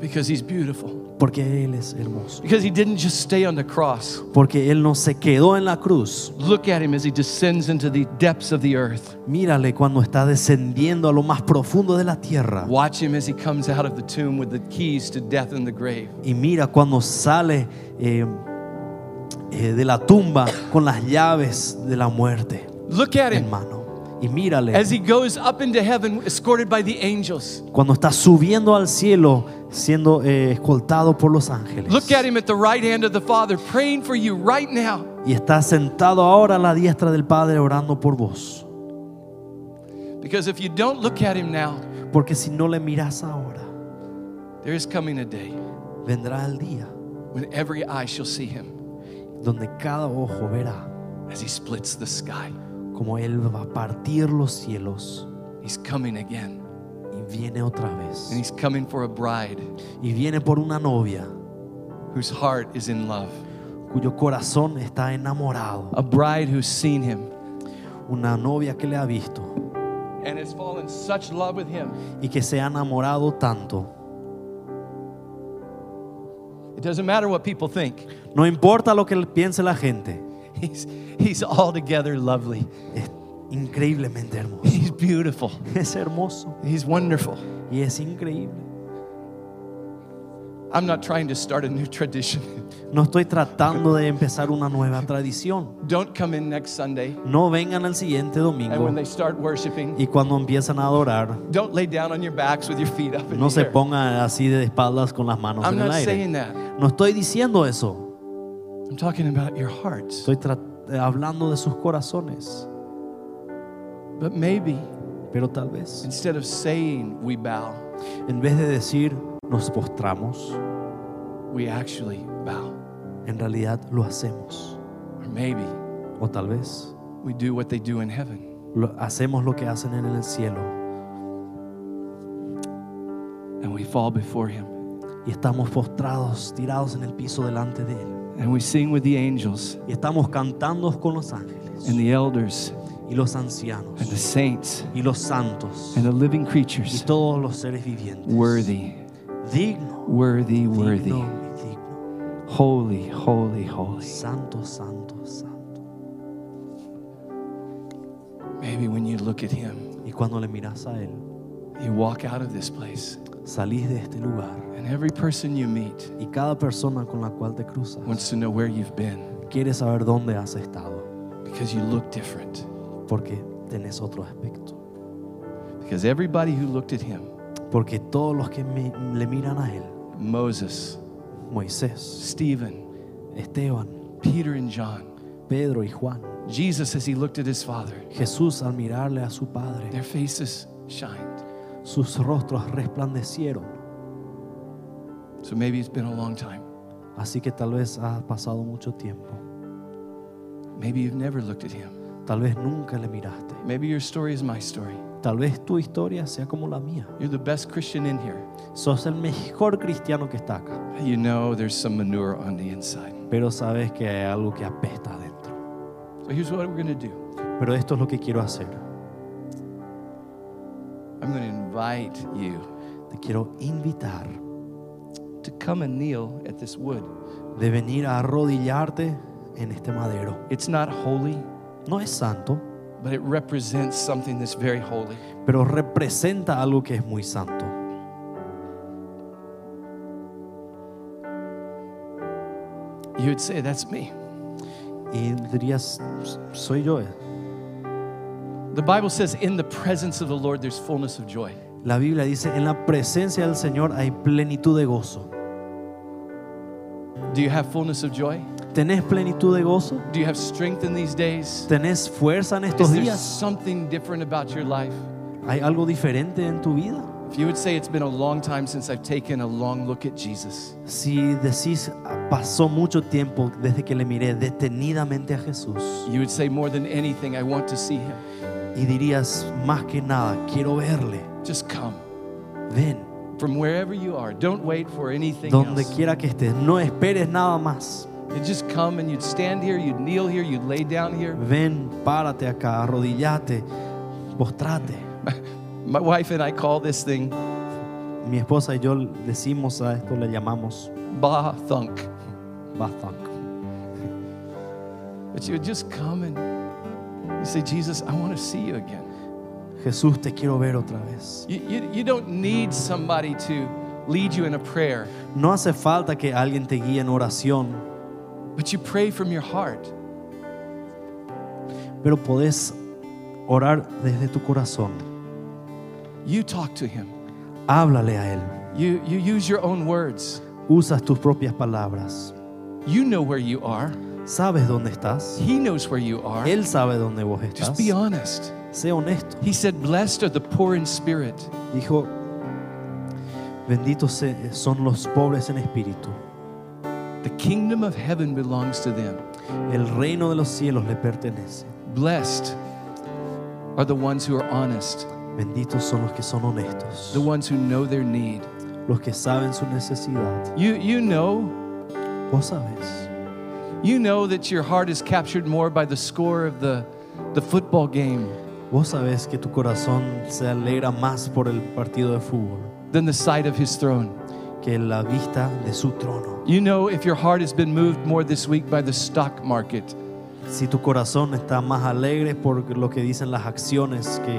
S1: because He's beautiful.
S2: porque Él es hermoso.
S1: Because He didn't just stay on the cross.
S2: Porque Él no se quedó en la cruz.
S1: Look at Him as He descends into the depths of the earth.
S2: Mírale cuando está descendiendo a lo más profundo de la tierra.
S1: Watch Him as He comes out of the tomb with the keys to death and the grave.
S2: Y mira cuando sale eh, eh, de la tumba con las llaves de la muerte
S1: Look at
S2: en
S1: Him
S2: mano. Y mírale
S1: as He goes up into heaven, escorted by the angels.
S2: cuando está subiendo al cielo siendo eh, escoltado por los ángeles.
S1: Look at him at the right hand of the Father, praying for you right now
S2: Y está sentado ahora a la diestra del Padre orando por vos.
S1: because if you don't look at him now,
S2: Porque si no le miras ahora,
S1: there is coming a day
S2: vendrá el día
S1: when every eye shall see him
S2: donde cada ojo verá
S1: as he splits the sky.
S2: como Él va a partir los cielos
S1: He's coming again,
S2: y viene otra
S1: and
S2: vez.
S1: he's coming for a bride
S2: Y viene por una novia
S1: whose heart is in love,
S2: cuyo corazón está enamorado.
S1: a bride who's seen him
S2: Una novia que le ha visto
S1: and has fallen such love with him.
S2: y que se ha enamorado tanto.
S1: It doesn't matter what people think.
S2: No importa lo que piense la gente,
S1: He's he's altogether lovely.
S2: es increíblemente hermoso.
S1: He's beautiful.
S2: Es hermoso
S1: He's wonderful.
S2: y es increíble.
S1: I'm not trying to start a new tradition.
S2: No estoy tratando de empezar una nueva tradición.
S1: Don't come in next Sunday
S2: No vengan el siguiente
S1: and
S2: domingo
S1: when they start worshiping
S2: y cuando empiezan a adorar,
S1: Don't lay down on your backs with your feet up in
S2: no
S1: the
S2: se
S1: air.
S2: pongan así de espaldas con las manos
S1: I'm
S2: en el
S1: not saying
S2: aire.
S1: that.
S2: No estoy diciendo eso.
S1: I'm talking about your hearts.
S2: Estoy tra- hablando de sus corazones.
S1: But maybe
S2: Pero tal vez,
S1: instead of saying we bow,
S2: en vez de decir nos postramos,
S1: we actually bow.
S2: en realidad lo hacemos.
S1: Or maybe
S2: O tal vez
S1: we do what they do in heaven.
S2: lo- hacemos lo que hacen en el cielo
S1: And we fall before him.
S2: y estamos postrados, tirados en el piso delante de Él.
S1: And we sing with the angels
S2: Y estamos cantando con los ángeles
S1: and the elders
S2: y los ancianos.
S1: and the saints
S2: y los santos
S1: and the living
S2: y
S1: creatures.
S2: todos los seres vivientes.
S1: Worthy,
S2: Digno,
S1: worthy, worthy.
S2: digno, y digno.
S1: Holy, holy, holy.
S2: Santo, santo, santo.
S1: Maybe when you look at him,
S2: Y cuando le miras a él,
S1: you walk out of this place
S2: salís de este lugar
S1: and every person you meet
S2: y cada persona con la cual te cruzas
S1: wants to know where you've been.
S2: quiere saber dónde has estado,
S1: Because you look different.
S2: porque tenés otro aspecto.
S1: Because everybody who looked at him,
S2: Porque todos los que mi- le miran a él,
S1: Moses,
S2: Moisés,
S1: Stephen,
S2: Esteban,
S1: Peter, and John,
S2: Pedro y Juan,
S1: Jesus, as he looked at his father,
S2: Jesús al mirarle a su Padre,
S1: their faces shined.
S2: sus rostros resplandecieron.
S1: So maybe it's been a long time.
S2: Así que tal vez ha pasado mucho tiempo.
S1: Maybe you've never looked at him.
S2: Tal vez nunca le miraste.
S1: Maybe your story is my story.
S2: Tal vez tu historia sea como la mía.
S1: You're the best Christian in here.
S2: Sos el mejor cristiano que está acá,
S1: But You know there's some manure on the inside.
S2: pero sabes que hay algo que apesta adentro.
S1: So here's what we're going to do
S2: Pero esto es lo que quiero hacer.
S1: I'm going to invite you
S2: Te quiero invitar
S1: to come and kneel at this wood.
S2: de venir a arrodillarte en este madero.
S1: It's not holy,
S2: No es santo,
S1: but it represents something that's very holy.
S2: pero representa algo que es muy santo.
S1: You would say, That's me.
S2: eh. Y dirías, soy yo.
S1: The Bible says, in the presence of the Lord, there's fullness of joy.
S2: La Biblia dice, en la presencia del Señor hay plenitud de gozo.
S1: Do you have fullness of joy?
S2: ¿Tenés plenitud de gozo?
S1: Do you have strength in these days?
S2: ¿Tenés fuerza en
S1: Is
S2: estos
S1: there
S2: días?
S1: something different about your life?
S2: ¿Hay algo diferente en tu vida?
S1: If you would say, It's been a long time since I've taken a long look at Jesus,
S2: Si decís, "Ah, pasó mucho tiempo desde que le miré detenidamente a Jesús
S1: you would say, More than anything, I want to see him.
S2: y dirías, más que nada, quiero verle,
S1: Just come
S2: ven,
S1: from wherever you are. Don't wait for anything
S2: donde
S1: else.
S2: quiera que estés, no esperes nada más.
S1: You'd just come and you'd stand here, you'd kneel here, you'd lay down here.
S2: Ven, párate acá, arrodillate, postrate.
S1: My wife and I call this thing
S2: Mi esposa y yo decimos a esto, le llamamos
S1: Bah Thunk.
S2: Bastank.
S1: But you would just come and you say, Jesus, I want to see you again.
S2: Jesús, te quiero ver otra vez.
S1: You, you, you don't need somebody to lead you in a prayer,
S2: No hace falta que alguien te guíe en oración,
S1: but you pray from your heart.
S2: pero podés orar desde tu corazón.
S1: You talk to him.
S2: Háblale a Él.
S1: You, you use your own words.
S2: Usas tus propias palabras.
S1: You know where you are.
S2: Sabes dónde estás.
S1: He knows where you are.
S2: Él sabe dónde vos
S1: Just
S2: estás.
S1: be honest.
S2: Sé honesto.
S1: He said, Blessed are the poor in spirit.
S2: Dijo, benditos se- son los pobres en espíritu.
S1: The kingdom of heaven belongs to them.
S2: El reino de los cielos le pertenece.
S1: Blessed are the ones who are honest,
S2: Benditos son los que son honestos.
S1: the ones who know their need.
S2: Los que saben su necesidad.
S1: You, you know,
S2: Vos sabes.
S1: you know that your heart is captured more by the score of the, the football game
S2: Vos sabes que tu corazón se alegra más por el partido de fútbol
S1: than the sight of his throne.
S2: que la vista de su trono.
S1: You know if your heart has been moved more this week by the stock market
S2: Si tu corazón está más alegre por lo que dicen las acciones que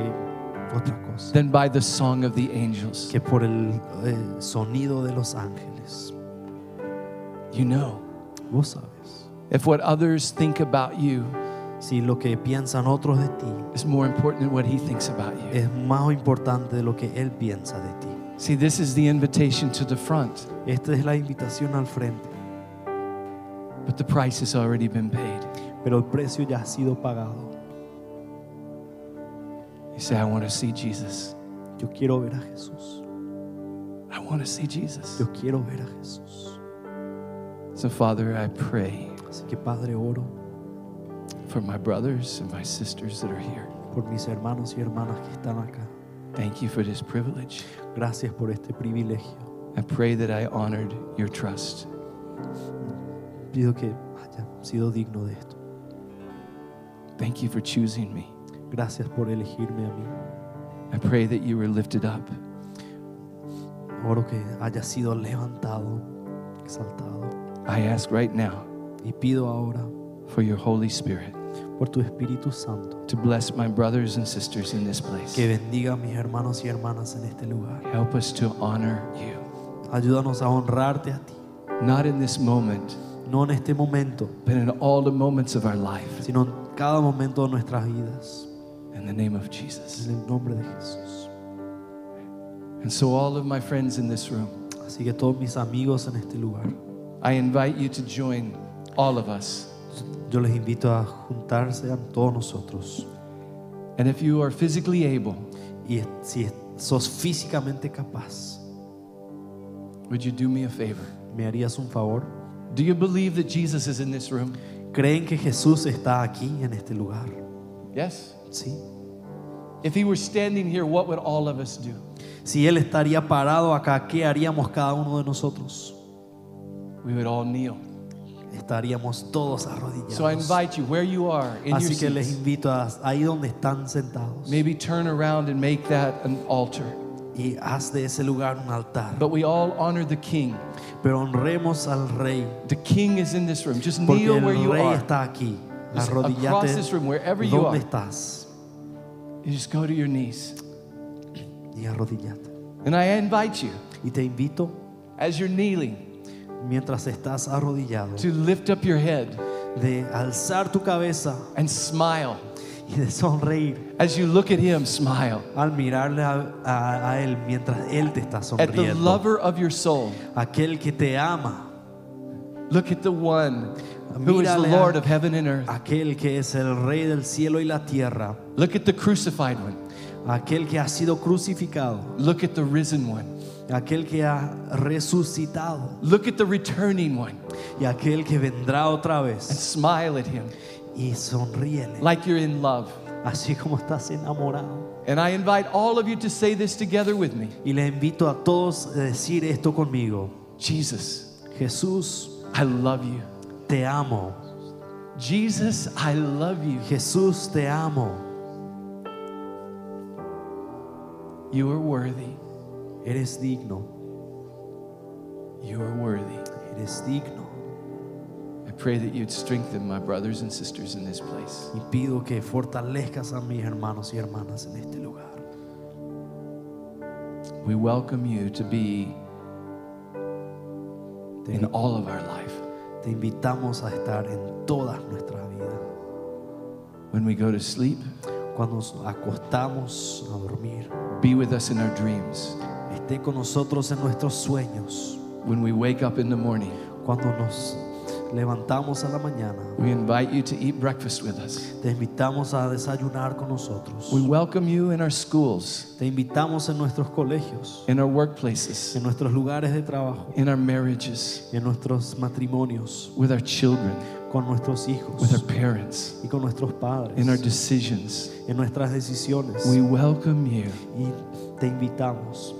S2: otra cosa.
S1: than by the song of the angels.
S2: que por el eh, sonido de los ángeles.
S1: You know
S2: Vos sabes.
S1: if what others think about you
S2: Si lo que piensan otros de ti
S1: is more important than what he thinks about you.
S2: es más importante de lo que Él piensa de ti.
S1: See, this is the invitation to the front,
S2: Esta es la invitación al frente,
S1: but the price has already been paid.
S2: pero el precio ya ha sido pagado.
S1: You say, I want to see Jesus.
S2: Yo quiero ver a Jesús.
S1: I want to see Jesus.
S2: Yo quiero ver a Jesús.
S1: So, Father, I pray
S2: Así que Padre, oro
S1: for my brothers and my sisters that are here.
S2: por mis hermanos y hermanas que están acá.
S1: Thank you for this privilege.
S2: Gracias por este privilegio.
S1: I pray that I honored your trust.
S2: Pido que haya sido digno de esto.
S1: Thank you for choosing me.
S2: Gracias por elegirme a mí.
S1: I pray that you were lifted up.
S2: Oro que haya sido levantado, exaltado.
S1: I ask right now
S2: Y pido ahora
S1: for your Holy Spirit
S2: por tu Espíritu Santo
S1: to bless my brothers and sisters in this place.
S2: que bendiga a mis hermanos y hermanas en este lugar.
S1: Help us to honor you,
S2: Ayúdanos a honrarte a ti,
S1: not in this moment,
S2: no en este momento,
S1: but in all the moments of our life.
S2: sino en cada momento de nuestras vidas.
S1: In the name of Jesus.
S2: En el nombre de Jesús.
S1: And so, all of my friends in this room,
S2: Así que todos mis amigos en este lugar,
S1: I invite you to join all of us.
S2: yo les invito a juntarse a todos nosotros.
S1: And if you are physically able,
S2: Y es- si es- sos físicamente capaz,
S1: would you do me a favor?
S2: ¿me harías un favor?
S1: Do you believe that Jesus is in this room?
S2: ¿Creen que Jesús está aquí en este lugar?
S1: Yes.
S2: Sí.
S1: If he were standing here, what would all of us do?
S2: Si Él estaría parado acá, ¿qué haríamos cada uno de nosotros?
S1: We would all kneel.
S2: estaríamos todos
S1: So I
S2: arrodillados.
S1: invite you, where you are, in your
S2: Así que les
S1: seats,
S2: invito a ahí donde están sentados
S1: maybe turn around and make that an altar.
S2: y haz de ese lugar un altar.
S1: But we all honor the King.
S2: Pero honremos al rey
S1: The King is in this room. Just
S2: porque
S1: kneel where
S2: el
S1: you
S2: rey
S1: are.
S2: está aquí.
S1: Just
S2: Arrodillate
S1: across this room, wherever you are.
S2: donde estás
S1: You just go to your knees.
S2: y arrodillate.
S1: And I invite you,
S2: Y te invito
S1: as you're kneeling,
S2: mientras estás arrodillado
S1: to lift up your head
S2: de alzar tu cabeza
S1: and smile.
S2: y de sonreír
S1: As you look at him, smile
S2: al mirarle a, a- a Él mientras Él te está
S1: at the
S2: sonriendo.
S1: lover of your soul.
S2: Aquel que te ama,
S1: Look at the one who is the
S2: Mírale a-
S1: Lord of heaven and earth.
S2: aquel que es el Rey del cielo y la tierra,
S1: Look at the crucified one.
S2: aquel que ha sido crucificado,
S1: Look at the risen one.
S2: aquel que ha resucitado
S1: Look at the returning one
S2: y aquel que vendrá otra
S1: and
S2: vez.
S1: smile at him
S2: Y sonríele,
S1: like you're in love.
S2: así como estás enamorado.
S1: And I invite all of you to say this together with me
S2: Y les invito a todos a decir esto conmigo.
S1: Jesus,
S2: Jesús,
S1: I love you.
S2: te amo.
S1: Jesus, I love you.
S2: Jesús, te amo.
S1: You are worthy.
S2: Eres digno.
S1: You are worthy.
S2: Eres digno.
S1: I pray that you'd strengthen my brothers and sisters in this place.
S2: Y pido que fortalezcas a mis hermanos y hermanas en este lugar.
S1: We welcome you to be in all of our life.
S2: Te invitamos a estar en todas nuestras vidas.
S1: When we go to sleep,
S2: Cuando nos acostamos a dormir,
S1: be with us in our dreams.
S2: esté con nosotros en nuestros sueños.
S1: When we wake up in the morning,
S2: Cuando nos levantamos a la mañana,
S1: we invite you to eat breakfast with us.
S2: te invitamos a desayunar con nosotros.
S1: We welcome you in our schools,
S2: Te invitamos en nuestros colegios,
S1: in our workplaces,
S2: en nuestros lugares de trabajo,
S1: in our marriages,
S2: en nuestros matrimonios,
S1: with our children,
S2: con nuestros
S1: with
S2: hijos
S1: our parents,
S2: y con nuestros
S1: in our
S2: padres,
S1: decisions.
S2: en nuestras decisiones.
S1: We welcome you.
S2: Y te invitamos.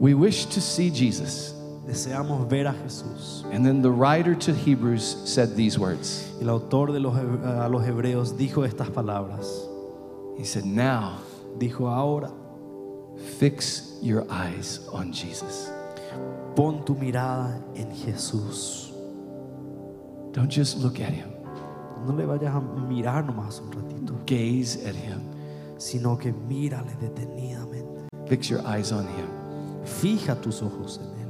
S1: We wish to see Jesus.
S2: Deseamos ver a Jesús.
S1: And then the writer to Hebrews said these words.
S2: El autor de los, heb- a los hebreos dijo estas palabras.
S1: He said, Now
S2: Dijo ahora,
S1: fix your eyes on Jesus.
S2: pon tu mirada en Jesús.
S1: Don't just look at him,
S2: No le vayas a mirar nomás un ratito,
S1: gaze at him.
S2: sino que mírale detenidamente.
S1: Fix your eyes on him,
S2: Fija tus ojos en Él,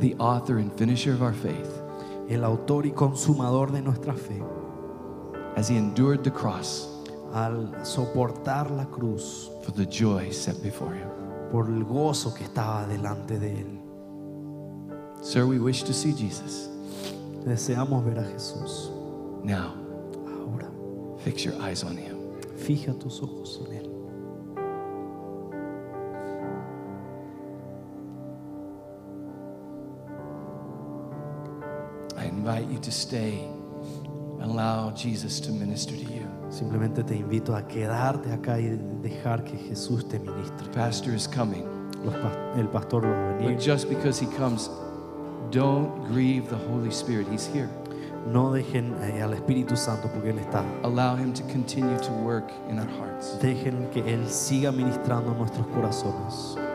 S1: the author and finisher of our faith,
S2: el autor y consumador de nuestra fe.
S1: as he endured the cross
S2: Al soportar la cruz
S1: for the joy set before him.
S2: por el gozo que estaba delante de Él.
S1: Sir, we wish to see Jesus.
S2: Deseamos ver a Jesús.
S1: Now
S2: Ahora,
S1: fix your eyes on him.
S2: fija tus ojos en Él.
S1: I invite you to stay and allow Jesus to minister to you.
S2: Simplemente te invito a quedarte acá y dejar que Jesús te ministre.
S1: Pastor is coming,
S2: Los pas- el pastor va a
S1: but
S2: venir.
S1: just because he comes, don't grieve the Holy Spirit. He's here.
S2: No dejen eh, al Espíritu Santo porque Él está.
S1: Allow him to continue to work in our hearts.
S2: Dejen que Él siga ministrando en nuestros corazones.